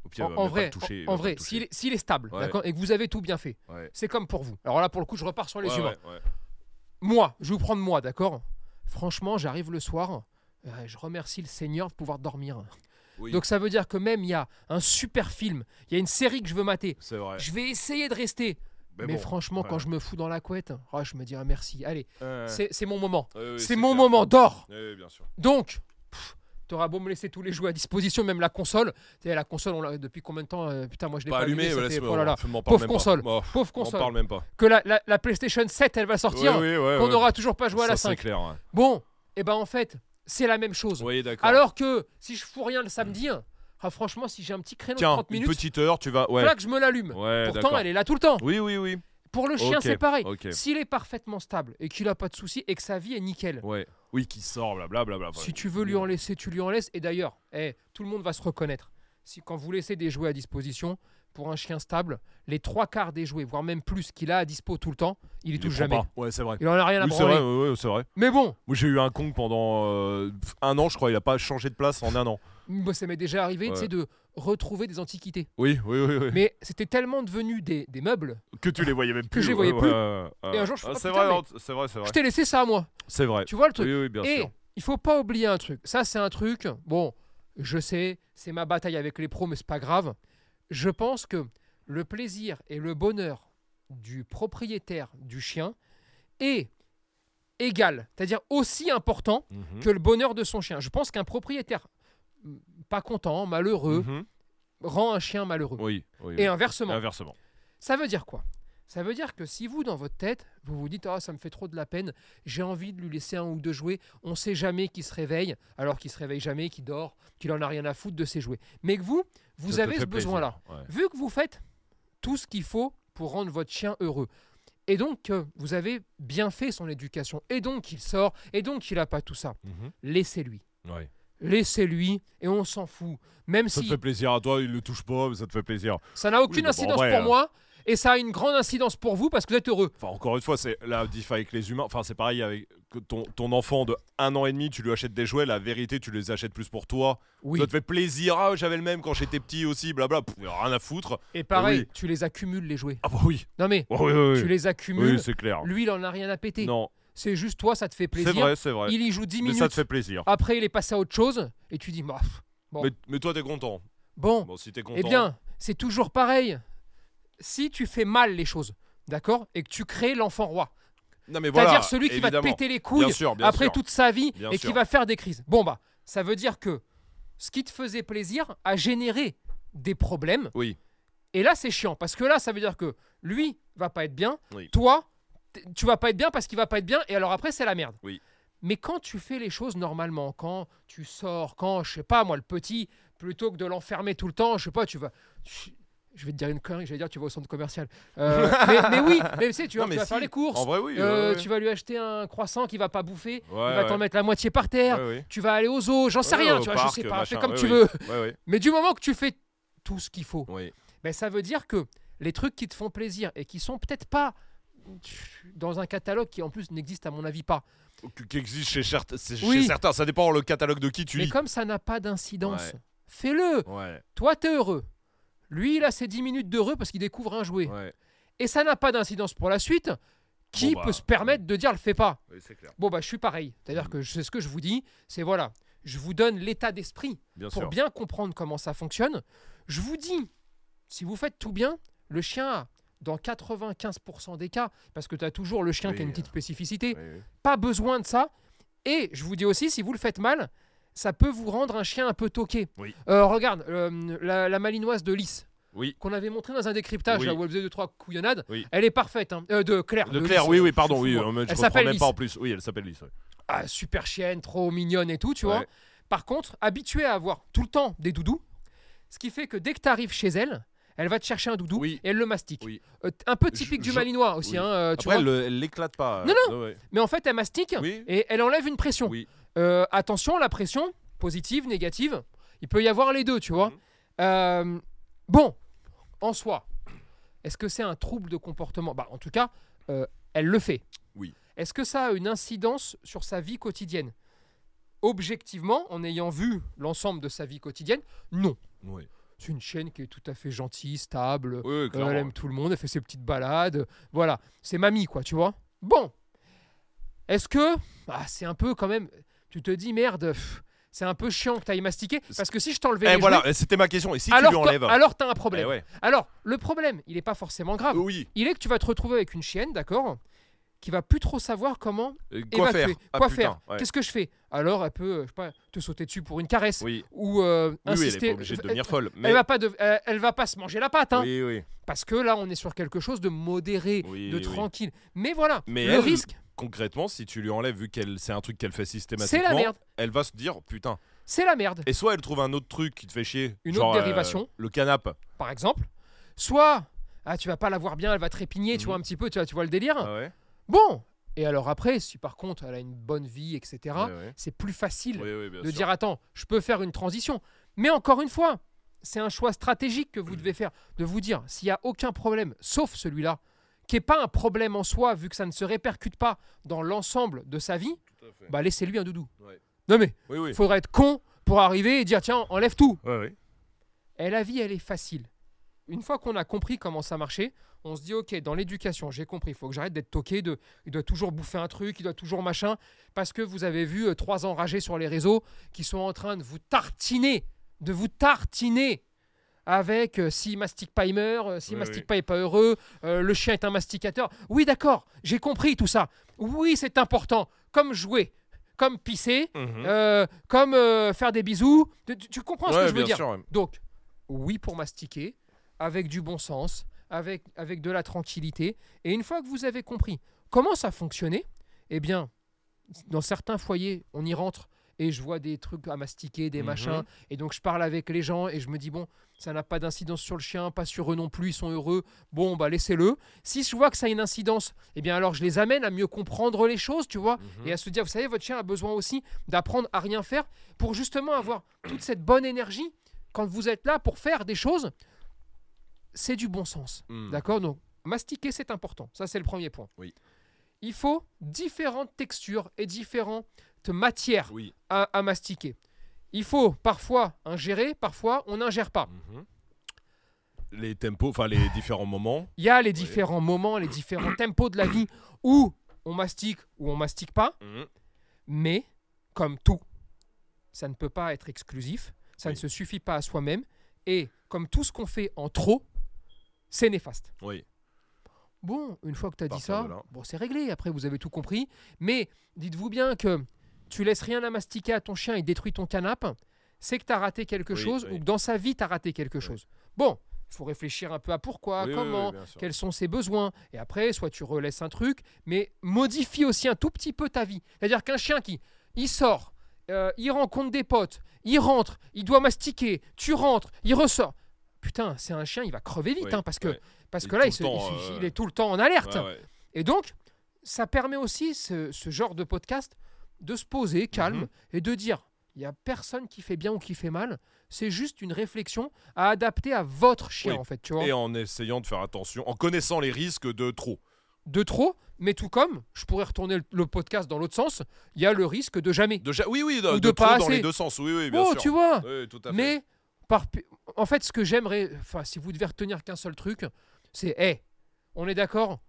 [SPEAKER 2] Au pire,
[SPEAKER 3] en,
[SPEAKER 2] il va
[SPEAKER 3] en
[SPEAKER 2] même pas
[SPEAKER 3] vrai,
[SPEAKER 2] le toucher, il va
[SPEAKER 3] en, en
[SPEAKER 2] pas le
[SPEAKER 3] vrai,
[SPEAKER 2] toucher.
[SPEAKER 3] s'il est, s'il est stable,
[SPEAKER 2] Ouais.
[SPEAKER 3] d'accord, et que vous avez tout bien fait,
[SPEAKER 2] Ouais.
[SPEAKER 3] c'est comme pour vous. Alors là, pour le coup, je repars sur les
[SPEAKER 2] Ouais,
[SPEAKER 3] humains.
[SPEAKER 2] ouais, ouais.
[SPEAKER 3] Moi, je vais vous prendre moi, d'accord. Franchement, j'arrive le soir. euh, je remercie le Seigneur de pouvoir dormir.
[SPEAKER 2] Oui.
[SPEAKER 3] Donc ça veut dire que même il y a un super film, il y a une série que je veux mater.
[SPEAKER 2] C'est vrai.
[SPEAKER 3] Je vais essayer de rester. Mais,
[SPEAKER 2] bon,
[SPEAKER 3] franchement,
[SPEAKER 2] ouais.
[SPEAKER 3] quand je me fous dans la couette, oh, je me dis ah, merci. Allez,
[SPEAKER 2] Ouais, ouais.
[SPEAKER 3] c'est c'est mon moment.
[SPEAKER 2] Ouais, ouais,
[SPEAKER 3] c'est mon
[SPEAKER 2] clair.
[SPEAKER 3] moment, dors.
[SPEAKER 2] Ouais, ouais, bien sûr.
[SPEAKER 3] Donc, tu auras beau me laisser tous les jouets à disposition, même la console. Tu sais, la console, on l'a depuis combien de temps euh, Putain, moi je l'ai
[SPEAKER 2] Pas
[SPEAKER 3] pas,
[SPEAKER 2] allumé,
[SPEAKER 3] allumée, ça
[SPEAKER 2] voilà,
[SPEAKER 3] fait-
[SPEAKER 2] c'est-
[SPEAKER 3] oh là là.
[SPEAKER 2] on m'en parle
[SPEAKER 3] Pauvre
[SPEAKER 2] même pas.
[SPEAKER 3] console.
[SPEAKER 2] Oh,
[SPEAKER 3] Pauvre
[SPEAKER 2] On
[SPEAKER 3] console.
[SPEAKER 2] parle même pas.
[SPEAKER 3] Que la, la- la PlayStation 7, elle va sortir,
[SPEAKER 2] Oui, oui, ouais,
[SPEAKER 3] qu'on
[SPEAKER 2] ouais.
[SPEAKER 3] n'aura toujours pas joué à la
[SPEAKER 2] Ça,
[SPEAKER 3] 5.
[SPEAKER 2] C'est clair. ouais.
[SPEAKER 3] Bon, et ben en fait, c'est la même chose.
[SPEAKER 2] Oui, d'accord.
[SPEAKER 3] Alors que si je fous rien le samedi, hein, ah, franchement, si j'ai un petit créneau
[SPEAKER 2] Tiens,
[SPEAKER 3] de 30 minutes,
[SPEAKER 2] une petite heure, tu vas. Ouais.
[SPEAKER 3] clac, je me l'allume.
[SPEAKER 2] Ouais,
[SPEAKER 3] Pourtant,
[SPEAKER 2] d'accord.
[SPEAKER 3] elle est là tout le temps.
[SPEAKER 2] Oui, oui, oui.
[SPEAKER 3] Pour le chien,
[SPEAKER 2] Ok,
[SPEAKER 3] c'est pareil.
[SPEAKER 2] ok.
[SPEAKER 3] S'il est parfaitement stable et qu'il a pas de soucis et que sa vie est nickel,
[SPEAKER 2] Ouais. Oui, qui sort, blablabla. Bla, bla,
[SPEAKER 3] si tu veux lui en laisser, tu lui en laisses. Et d'ailleurs, eh, tout le monde va se reconnaître. Si, quand vous laissez des jouets à disposition, pour un chien stable, les trois quarts des jouets, voire même plus qu'il a à dispo tout le temps, il les touche jamais.
[SPEAKER 2] Ouais, c'est vrai.
[SPEAKER 3] Il en a rien à
[SPEAKER 2] Oui, c'est
[SPEAKER 3] branler.
[SPEAKER 2] vrai, ouais, ouais, c'est vrai.
[SPEAKER 3] Mais bon,
[SPEAKER 2] Moi, j'ai eu un Kong pendant euh, pff, un an, je crois. Il a pas changé de place en un an.
[SPEAKER 3] moi, bah, ça m'est déjà arrivé tu
[SPEAKER 2] Ouais.
[SPEAKER 3] sais, de retrouver
[SPEAKER 2] *laughs*
[SPEAKER 3] des antiquités.
[SPEAKER 2] Oui, oui, oui. oui.
[SPEAKER 3] Mais c'était tellement devenu des, des meubles.
[SPEAKER 2] Que tu les voyais même plus.
[SPEAKER 3] je les
[SPEAKER 2] ouais,
[SPEAKER 3] voyais plus.
[SPEAKER 2] ouais, ouais, ouais.
[SPEAKER 3] Et un jour, je fais,
[SPEAKER 2] Ah,
[SPEAKER 3] oh,
[SPEAKER 2] c'est
[SPEAKER 3] putain,
[SPEAKER 2] vrai,
[SPEAKER 3] mais-
[SPEAKER 2] hein, c'est vrai, c'est vrai.
[SPEAKER 3] Je t'ai laissé ça à moi.
[SPEAKER 2] C'est vrai.
[SPEAKER 3] Tu vois le truc
[SPEAKER 2] Oui, oui, bien
[SPEAKER 3] Et
[SPEAKER 2] sûr.
[SPEAKER 3] il faut pas oublier un truc. Ça, c'est un truc. Bon, je sais, c'est ma bataille avec les pros, mais c'est pas grave. Je pense que le plaisir et le bonheur du propriétaire du chien est égal, c'est-à-dire aussi important
[SPEAKER 2] Mhm.
[SPEAKER 3] que le bonheur de son chien. Je pense qu'un propriétaire mm, pas content, malheureux,
[SPEAKER 2] Mhm.
[SPEAKER 3] rend un chien malheureux.
[SPEAKER 2] Oui, oui.
[SPEAKER 3] Et
[SPEAKER 2] oui.
[SPEAKER 3] inversement.
[SPEAKER 2] Inversement.
[SPEAKER 3] Ça veut dire quoi Ça veut dire que si vous, dans votre tête, vous vous dites Ah, ça me fait trop de la peine, j'ai envie de lui laisser un ou deux jouets, on sait jamais qu'il se réveille, alors qu'il se réveille jamais, qu'il dort, qu'il en a rien à foutre de ses jouets. Mais que vous, vous
[SPEAKER 2] Ça te
[SPEAKER 3] avez ce
[SPEAKER 2] fait plaisir.
[SPEAKER 3] besoin-là.
[SPEAKER 2] Ouais.
[SPEAKER 3] Vu que vous faites tout ce qu'il faut pour rendre votre chien heureux, et donc que vous avez bien fait son éducation, et donc qu'il sort, et donc qu'il n'a pas tout ça,
[SPEAKER 2] Mhm.
[SPEAKER 3] laissez-lui.
[SPEAKER 2] Ouais.
[SPEAKER 3] Laissez-lui et on s'en fout. Même
[SPEAKER 2] Ça te
[SPEAKER 3] si
[SPEAKER 2] fait plaisir à toi, il le touche pas, mais ça te fait plaisir.
[SPEAKER 3] ça n'a aucune
[SPEAKER 2] bah, en
[SPEAKER 3] incidence
[SPEAKER 2] vrai,
[SPEAKER 3] pour
[SPEAKER 2] euh,
[SPEAKER 3] moi, et ça a une grande incidence pour vous parce que vous êtes heureux.
[SPEAKER 2] Enfin, encore une fois, c'est la diff avec les humains. Enfin, c'est pareil avec que ton, ton enfant de un an et demi, tu lui achètes des jouets. La vérité, tu les achètes plus pour toi.
[SPEAKER 3] Oui.
[SPEAKER 2] Ça te fait plaisir. Ah, j'avais le même quand j'étais petit aussi, blabla. Pff, rien à foutre.
[SPEAKER 3] Et pareil,
[SPEAKER 2] oui.
[SPEAKER 3] tu les accumules les jouets.
[SPEAKER 2] Ah, bah oui.
[SPEAKER 3] Non mais
[SPEAKER 2] Oh, oui, oui,
[SPEAKER 3] tu
[SPEAKER 2] oui.
[SPEAKER 3] les accumules.
[SPEAKER 2] Oui, c'est clair.
[SPEAKER 3] lui, il en a rien à péter.
[SPEAKER 2] Non,
[SPEAKER 3] C'est juste toi, ça te fait
[SPEAKER 2] c'est
[SPEAKER 3] plaisir.
[SPEAKER 2] vrai, c'est vrai.
[SPEAKER 3] Il y joue 10
[SPEAKER 2] Mais
[SPEAKER 3] minutes.
[SPEAKER 2] ça te fait plaisir.
[SPEAKER 3] Après, il est passé à autre chose et tu dis bah, pff, bon.
[SPEAKER 2] Mais, mais toi, t'es content.
[SPEAKER 3] bon,
[SPEAKER 2] Bon, si t'es content.
[SPEAKER 3] eh bien, c'est toujours pareil. Si tu fais mal les choses, d'accord, et que tu crées l'enfant roi,
[SPEAKER 2] Non, mais
[SPEAKER 3] c'est-à-dire
[SPEAKER 2] voilà.
[SPEAKER 3] celui qui va te
[SPEAKER 2] évidemment.
[SPEAKER 3] péter les
[SPEAKER 2] Bien
[SPEAKER 3] couilles
[SPEAKER 2] sûr, bien
[SPEAKER 3] après
[SPEAKER 2] sûr.
[SPEAKER 3] toute sa vie
[SPEAKER 2] Bien
[SPEAKER 3] et qui
[SPEAKER 2] sûr.
[SPEAKER 3] va faire des crises. Bon bah, ça veut dire que ce qui te faisait plaisir a généré des problèmes.
[SPEAKER 2] Oui.
[SPEAKER 3] Et là, c'est chiant parce que là, ça veut dire que lui va pas être bien.
[SPEAKER 2] Oui.
[SPEAKER 3] Toi, t- tu vas pas être bien parce qu'il va pas être bien. Et alors après, c'est la merde.
[SPEAKER 2] Oui.
[SPEAKER 3] Mais quand tu fais les choses normalement, quand tu sors, quand je sais pas moi, le petit, plutôt que de l'enfermer tout le temps, je sais pas, tu vas. Je je vais te dire une connerie, j'allais dire tu vas au centre commercial.
[SPEAKER 2] *laughs*
[SPEAKER 3] Euh, mais, mais oui, mais tu sais, tu,
[SPEAKER 2] Non,
[SPEAKER 3] vois,
[SPEAKER 2] mais
[SPEAKER 3] tu vas
[SPEAKER 2] si.
[SPEAKER 3] faire les courses.
[SPEAKER 2] En vrai, oui.
[SPEAKER 3] Euh,
[SPEAKER 2] ouais, ouais.
[SPEAKER 3] Tu vas lui acheter un croissant qui va pas bouffer,
[SPEAKER 2] Ouais,
[SPEAKER 3] il va
[SPEAKER 2] ouais.
[SPEAKER 3] t'en mettre la moitié par terre.
[SPEAKER 2] Ouais, ouais.
[SPEAKER 3] Tu vas aller aux zoo, j'en sais
[SPEAKER 2] Ouais,
[SPEAKER 3] rien,
[SPEAKER 2] au
[SPEAKER 3] tu vois,
[SPEAKER 2] parc,
[SPEAKER 3] je sais pas, fais
[SPEAKER 2] machin,
[SPEAKER 3] comme
[SPEAKER 2] ouais,
[SPEAKER 3] tu
[SPEAKER 2] ouais.
[SPEAKER 3] veux.
[SPEAKER 2] Ouais, ouais.
[SPEAKER 3] Mais du moment que tu fais tout ce qu'il faut,
[SPEAKER 2] Oui.
[SPEAKER 3] ben, ça veut dire que les trucs qui te font plaisir et qui sont peut-être pas dans un catalogue qui en plus n'existe à mon avis pas.
[SPEAKER 2] Qui- qui existe chez, certes- c'est- chez
[SPEAKER 3] Oui.
[SPEAKER 2] certains. Ça dépend le catalogue de qui tu
[SPEAKER 3] Mais
[SPEAKER 2] lis.
[SPEAKER 3] comme ça n'a pas d'incidence,
[SPEAKER 2] Ouais.
[SPEAKER 3] fais-le.
[SPEAKER 2] Ouais,
[SPEAKER 3] Toi, t'es heureux. Lui, il a ses 10 minutes d'heureux parce qu'il découvre un jouet.
[SPEAKER 2] ouais.
[SPEAKER 3] Et ça n'a pas d'incidence pour la suite. Qui
[SPEAKER 2] Bon, bah,
[SPEAKER 3] peut se permettre de dire le fais pas
[SPEAKER 2] Oui, c'est clair.
[SPEAKER 3] Bon, bah, je suis pareil. C'est-à-dire
[SPEAKER 2] Mm.
[SPEAKER 3] que je sais ce que je vous dis, c'est voilà, je vous donne l'état d'esprit
[SPEAKER 2] Bien
[SPEAKER 3] pour
[SPEAKER 2] sûr.
[SPEAKER 3] bien comprendre comment ça fonctionne. Je vous dis, si vous faites tout bien, le chien a, dans 95% des cas, parce que tu as toujours le chien qui a
[SPEAKER 2] Oui, euh,
[SPEAKER 3] une petite spécificité,
[SPEAKER 2] Oui, oui.
[SPEAKER 3] pas besoin de ça. Et je vous dis aussi, si vous le faites mal, ça peut vous rendre un chien un peu toqué.
[SPEAKER 2] Oui.
[SPEAKER 3] Euh, regarde, euh, la, la malinoise de Lys,
[SPEAKER 2] Oui.
[SPEAKER 3] qu'on avait montré dans un décryptage,
[SPEAKER 2] Oui.
[SPEAKER 3] là, où elle faisait 2-3 couillonnades,
[SPEAKER 2] Oui.
[SPEAKER 3] elle est parfaite. hein. Euh, de Claire.
[SPEAKER 2] De
[SPEAKER 3] de
[SPEAKER 2] Claire,
[SPEAKER 3] Lys.
[SPEAKER 2] oui, oui, pardon,
[SPEAKER 3] fou,
[SPEAKER 2] oui,
[SPEAKER 3] moi.
[SPEAKER 2] euh, mais je
[SPEAKER 3] Elle
[SPEAKER 2] comprends
[SPEAKER 3] s'appelle
[SPEAKER 2] même pas
[SPEAKER 3] Lys.
[SPEAKER 2] en plus. Oui, elle s'appelle Lys. ouais.
[SPEAKER 3] Ah, super chienne, trop mignonne et tout, tu vois.
[SPEAKER 2] Ouais.
[SPEAKER 3] Par contre, habituée à avoir tout le temps des doudous, ce qui fait que dès que tu arrives chez elle, elle va te chercher un doudou
[SPEAKER 2] Oui.
[SPEAKER 3] et elle le mastique.
[SPEAKER 2] Oui.
[SPEAKER 3] Euh, t- un peu typique
[SPEAKER 2] Je-
[SPEAKER 3] du
[SPEAKER 2] je-
[SPEAKER 3] malinois aussi,
[SPEAKER 2] oui.
[SPEAKER 3] hein, euh, tu
[SPEAKER 2] Après,
[SPEAKER 3] vois.
[SPEAKER 2] elle le- elle l'éclate pas.
[SPEAKER 3] Non,
[SPEAKER 2] non.
[SPEAKER 3] Mais en fait, elle mastique
[SPEAKER 2] Oui.
[SPEAKER 3] et elle enlève une pression.
[SPEAKER 2] Oui.
[SPEAKER 3] Euh, attention, la pression, positive, négative, il peut y avoir les deux, tu vois.
[SPEAKER 2] Mhm.
[SPEAKER 3] Euh, bon, en soi, est-ce que c'est un trouble de comportement bah, En tout cas, euh, elle le fait.
[SPEAKER 2] Oui.
[SPEAKER 3] Est-ce que ça a une incidence sur sa vie quotidienne Objectivement, en ayant vu l'ensemble de sa vie quotidienne, non.
[SPEAKER 2] Oui,
[SPEAKER 3] C'est une chaîne qui est tout à fait gentille, stable,
[SPEAKER 2] oui, oui,
[SPEAKER 3] euh,
[SPEAKER 2] clairement.
[SPEAKER 3] elle aime tout le monde, elle fait ses petites balades. Voilà, c'est mamie, quoi, tu vois. Bon, est-ce que. Ah, c'est un peu quand même. Tu te dis, merde, pff, c'est un peu chiant que t'ailles mastiquer. Parce que si je t'enlevais.
[SPEAKER 2] Eh
[SPEAKER 3] les
[SPEAKER 2] voilà,
[SPEAKER 3] jouets,
[SPEAKER 2] c'était ma question. Et si
[SPEAKER 3] alors,
[SPEAKER 2] tu lui
[SPEAKER 3] t'as-
[SPEAKER 2] enlèves
[SPEAKER 3] alors t'as un
[SPEAKER 2] Eh
[SPEAKER 3] problème. Ah.
[SPEAKER 2] ouais.
[SPEAKER 3] Alors, le problème, il n'est pas forcément grave.
[SPEAKER 2] Oui.
[SPEAKER 3] Il est que tu vas te retrouver avec une chienne, d'accord qui va plus trop savoir comment
[SPEAKER 2] Euh, Quoi
[SPEAKER 3] évacuer.
[SPEAKER 2] faire Ah,
[SPEAKER 3] quoi
[SPEAKER 2] putain,
[SPEAKER 3] faire
[SPEAKER 2] ouais.
[SPEAKER 3] Qu'est-ce que je fais Alors elle peut, euh, je sais pas, te sauter dessus pour une caresse
[SPEAKER 2] Oui.
[SPEAKER 3] ou euh,
[SPEAKER 2] Oui, oui, elle
[SPEAKER 3] insister.
[SPEAKER 2] est pas obligée de devenir folle.
[SPEAKER 3] Elle-
[SPEAKER 2] Mais...
[SPEAKER 3] elle va pas, de- elle- elle va pas se manger la patte. hein.
[SPEAKER 2] Oui, oui.
[SPEAKER 3] Parce que là, on est sur quelque chose de modéré,
[SPEAKER 2] Oui,
[SPEAKER 3] de
[SPEAKER 2] oui.
[SPEAKER 3] tranquille. Mais voilà,
[SPEAKER 2] Mais
[SPEAKER 3] le
[SPEAKER 2] elle,
[SPEAKER 3] risque,
[SPEAKER 2] Concrètement, si tu lui enlèves, vu qu'elle c'est un truc qu'elle fait
[SPEAKER 3] c'est la
[SPEAKER 2] systématiquement,
[SPEAKER 3] merde.
[SPEAKER 2] elle va se dire putain.
[SPEAKER 3] C'est la merde,
[SPEAKER 2] Et soit elle trouve un autre truc qui te fait chier.
[SPEAKER 3] Une
[SPEAKER 2] genre,
[SPEAKER 3] autre
[SPEAKER 2] euh,
[SPEAKER 3] dérivation.
[SPEAKER 2] le canap.
[SPEAKER 3] par exemple. Soit ah tu vas pas la voir bien, elle va trépigner, tu
[SPEAKER 2] Mhm.
[SPEAKER 3] vois un petit peu, tu vois, tu vois le délire.
[SPEAKER 2] Ah ouais
[SPEAKER 3] Bon, et alors après, si par contre elle a une bonne vie, etc.,
[SPEAKER 2] Ouais, Ah ouais.
[SPEAKER 3] c'est plus facile
[SPEAKER 2] Oui, oui, bien
[SPEAKER 3] de
[SPEAKER 2] sûr.
[SPEAKER 3] dire attends, je peux faire une transition. Mais encore une fois, c'est un choix stratégique que vous devez faire, de vous dire s'il n'y a aucun problème, sauf celui-là, qui n'est pas un problème en soi, vu que ça ne se répercute pas dans l'ensemble de sa vie,
[SPEAKER 2] Tout à fait.
[SPEAKER 3] bah laissez-lui un doudou.
[SPEAKER 2] Ouais.
[SPEAKER 3] Non mais,
[SPEAKER 2] Oui,
[SPEAKER 3] *laughs*
[SPEAKER 2] oui.
[SPEAKER 3] il faudrait être con pour arriver et dire tiens, enlève tout.
[SPEAKER 2] Ouais, ouais.
[SPEAKER 3] Et la vie, elle est facile. Une fois qu'on a compris comment ça marchait, on se dit ok, dans l'éducation, j'ai compris, il faut que j'arrête d'être toqué, de, il doit toujours bouffer un truc, il doit toujours machin, parce que vous avez vu euh, trois enragés sur les réseaux qui sont en train de vous tartiner, de vous tartiner avec euh, si mastique pas il meurt, euh, si
[SPEAKER 2] Oui,
[SPEAKER 3] mastique
[SPEAKER 2] oui.
[SPEAKER 3] pas est pas heureux, euh, le chien est un masticateur. Oui, d'accord, j'ai compris tout ça. Oui, c'est important, comme jouer, comme pisser,
[SPEAKER 2] Mhm.
[SPEAKER 3] euh, comme euh, faire des bisous. Tu, tu- tu comprends ce
[SPEAKER 2] Ouais,
[SPEAKER 3] que je veux
[SPEAKER 2] bien
[SPEAKER 3] dire
[SPEAKER 2] sûr, ouais.
[SPEAKER 3] donc, oui pour mastiquer, avec du bon sens, avec, avec de la tranquillité. Et une fois que vous avez compris comment ça fonctionnait, eh bien, dans certains foyers, on y rentre et je vois des trucs à mastiquer, des
[SPEAKER 2] Mhm.
[SPEAKER 3] machins. Et donc, je parle avec les gens et je me dis, bon, ça n'a pas d'incidence sur le chien, pas sur eux non plus, ils sont heureux. Bon, bah, laissez-le. Si je vois que ça a une incidence, eh bien, alors je les amène à mieux comprendre les choses, tu vois,
[SPEAKER 2] Mhm.
[SPEAKER 3] et à se dire, vous savez, votre chien a besoin aussi d'apprendre à rien faire pour
[SPEAKER 2] *clears throat*
[SPEAKER 3] justement avoir toute cette bonne énergie quand vous êtes là pour faire des choses, c'est du bon sens.
[SPEAKER 2] Mhm.
[SPEAKER 3] euh, D'accord Donc, mastiquer, c'est important. Ça, c'est le premier point.
[SPEAKER 2] Oui.
[SPEAKER 3] Il faut différentes textures et différentes matières
[SPEAKER 2] Oui.
[SPEAKER 3] à, à mastiquer. Il faut parfois ingérer, parfois on n'ingère pas.
[SPEAKER 2] Mhm. Les tempos, enfin les différents moments.
[SPEAKER 3] Il y a les différents moments,
[SPEAKER 2] *clears throat*
[SPEAKER 3] les différents tempos de la vie où on mastique ou on mastique pas.
[SPEAKER 2] Mhm.
[SPEAKER 3] Mais, comme tout, ça ne peut pas être exclusif, ça
[SPEAKER 2] Oui.
[SPEAKER 3] ne se suffit pas à soi-même, et comme tout ce qu'on fait en trop, c'est néfaste.
[SPEAKER 2] Oui.
[SPEAKER 3] Bon, une fois que tu as dit
[SPEAKER 2] Partir
[SPEAKER 3] ça,
[SPEAKER 2] de là.
[SPEAKER 3] bon, c'est réglé, après vous avez tout compris, mais dites-vous bien que tu laisses rien à mastiquer à ton chien, il détruit ton canapé, c'est que tu as raté quelque
[SPEAKER 2] Oui,
[SPEAKER 3] chose,
[SPEAKER 2] oui.
[SPEAKER 3] ou que dans sa vie, tu as raté quelque chose. Bon, il faut réfléchir un peu à pourquoi,
[SPEAKER 2] Oui, oui,
[SPEAKER 3] Bah, comment,
[SPEAKER 2] oui, bien sûr.
[SPEAKER 3] quels sont ses besoins. Et après, soit tu relaisses un truc, mais modifie aussi un tout petit peu ta vie. C'est-à-dire qu'un chien qui, il sort, euh, il rencontre des potes, il rentre, il doit mastiquer, tu rentres, il ressort. Putain, c'est un chien, il va crever vite,
[SPEAKER 2] Oui,
[SPEAKER 3] hein, parce que,
[SPEAKER 2] ouais.
[SPEAKER 3] parce
[SPEAKER 2] Il
[SPEAKER 3] que
[SPEAKER 2] est
[SPEAKER 3] là,
[SPEAKER 2] tout
[SPEAKER 3] il, se-
[SPEAKER 2] le temps,
[SPEAKER 3] il se-
[SPEAKER 2] euh,
[SPEAKER 3] il est tout le temps en alerte.
[SPEAKER 2] Ouais, ouais.
[SPEAKER 3] Et donc, ça permet aussi, ce, ce genre de podcast, de se poser calme
[SPEAKER 2] Mhm.
[SPEAKER 3] et de dire, il n'y a personne qui fait bien ou qui fait mal, c'est juste une réflexion à adapter à votre chien,
[SPEAKER 2] Oui.
[SPEAKER 3] en fait, tu vois.
[SPEAKER 2] Et en essayant de faire attention, en connaissant les risques de trop.
[SPEAKER 3] de trop, mais tout comme je pourrais retourner le, le podcast dans l'autre sens, il y a le risque de jamais.
[SPEAKER 2] De ja- Oui, oui, de,
[SPEAKER 3] Ou
[SPEAKER 2] de
[SPEAKER 3] de
[SPEAKER 2] trop
[SPEAKER 3] pas
[SPEAKER 2] dans les
[SPEAKER 3] assez.
[SPEAKER 2] deux sens. Oui, oui, bien
[SPEAKER 3] Oh,
[SPEAKER 2] sûr.
[SPEAKER 3] tu vois
[SPEAKER 2] Oui, tout à fait.
[SPEAKER 3] Mais par pi- en fait, ce que j'aimerais, enfin, si vous devez retenir qu'un seul truc, c'est, hé, on est d'accord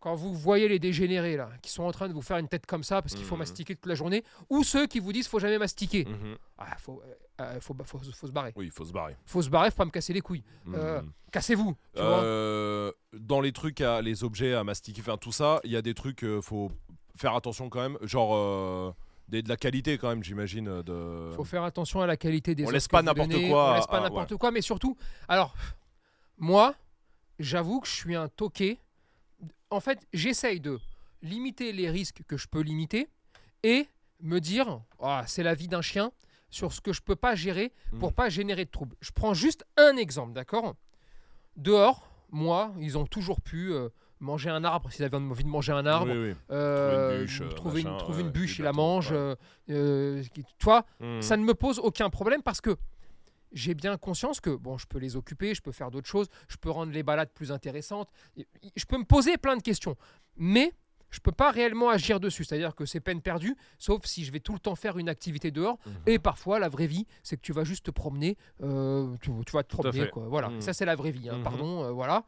[SPEAKER 3] quand vous voyez les dégénérés là, qui sont en train de vous faire une tête comme ça parce qu'il faut
[SPEAKER 2] Mhm.
[SPEAKER 3] mastiquer toute la journée, ou ceux qui vous disent faut jamais mastiquer,
[SPEAKER 2] Mhm.
[SPEAKER 3] ah, faut, euh, euh, faut, ba- faut- faut se barrer,
[SPEAKER 2] Oui, il faut se barrer.
[SPEAKER 3] faut se barrer, faut pas me casser les couilles, Euh,
[SPEAKER 2] Mhm.
[SPEAKER 3] cassez-vous, tu vois.
[SPEAKER 2] Euh, dans les trucs, à, les objets à mastiquer, enfin tout ça, il y a des trucs, euh, faut faire attention quand même. Genre euh, des- de la qualité quand même, j'imagine. euh, De...
[SPEAKER 3] faut faire attention à la qualité des
[SPEAKER 2] On
[SPEAKER 3] offres
[SPEAKER 2] laisse
[SPEAKER 3] que
[SPEAKER 2] pas
[SPEAKER 3] vous
[SPEAKER 2] n'importe
[SPEAKER 3] donnez,
[SPEAKER 2] quoi Ah,
[SPEAKER 3] on laisse pas
[SPEAKER 2] à- à-
[SPEAKER 3] n'importe quoi mais surtout alors moi j'avoue que je suis un toqué en fait j'essaye de limiter les risques que je peux limiter et me dire Ah, c'est la vie d'un chien sur ce que je peux pas gérer pour
[SPEAKER 2] Mhm.
[SPEAKER 3] pas générer de troubles je prends juste un exemple d'accord dehors moi ils ont toujours pu euh, manger un arbre s'ils avaient envie de manger un arbre
[SPEAKER 2] Oui, oui.
[SPEAKER 3] euh,
[SPEAKER 2] bûche, euh,
[SPEAKER 3] trouver une,
[SPEAKER 2] machin,
[SPEAKER 3] trouver une
[SPEAKER 2] ouais,
[SPEAKER 3] bûche
[SPEAKER 2] des
[SPEAKER 3] ils la
[SPEAKER 2] bâtons,
[SPEAKER 3] mangent
[SPEAKER 2] ouais.
[SPEAKER 3] euh, euh, qui- tu vois
[SPEAKER 2] Mhm.
[SPEAKER 3] ça ne me pose aucun problème parce que j'ai bien conscience que bon, je peux les occuper, je peux faire d'autres choses, je peux rendre les balades plus intéressantes, et- et- je peux me poser plein de questions, mais je peux pas réellement agir dessus. C'est-à-dire que c'est peine perdue, sauf si je vais tout le temps faire une activité dehors.
[SPEAKER 2] Mhm.
[SPEAKER 3] Et parfois, la vraie vie, c'est que tu vas juste te promener, euh, tu, tu vas te
[SPEAKER 2] à
[SPEAKER 3] promener,
[SPEAKER 2] fait.
[SPEAKER 3] quoi. Voilà,
[SPEAKER 2] Mhm.
[SPEAKER 3] ça c'est la vraie vie. hein,
[SPEAKER 2] Mhm.
[SPEAKER 3] Pardon, euh, voilà.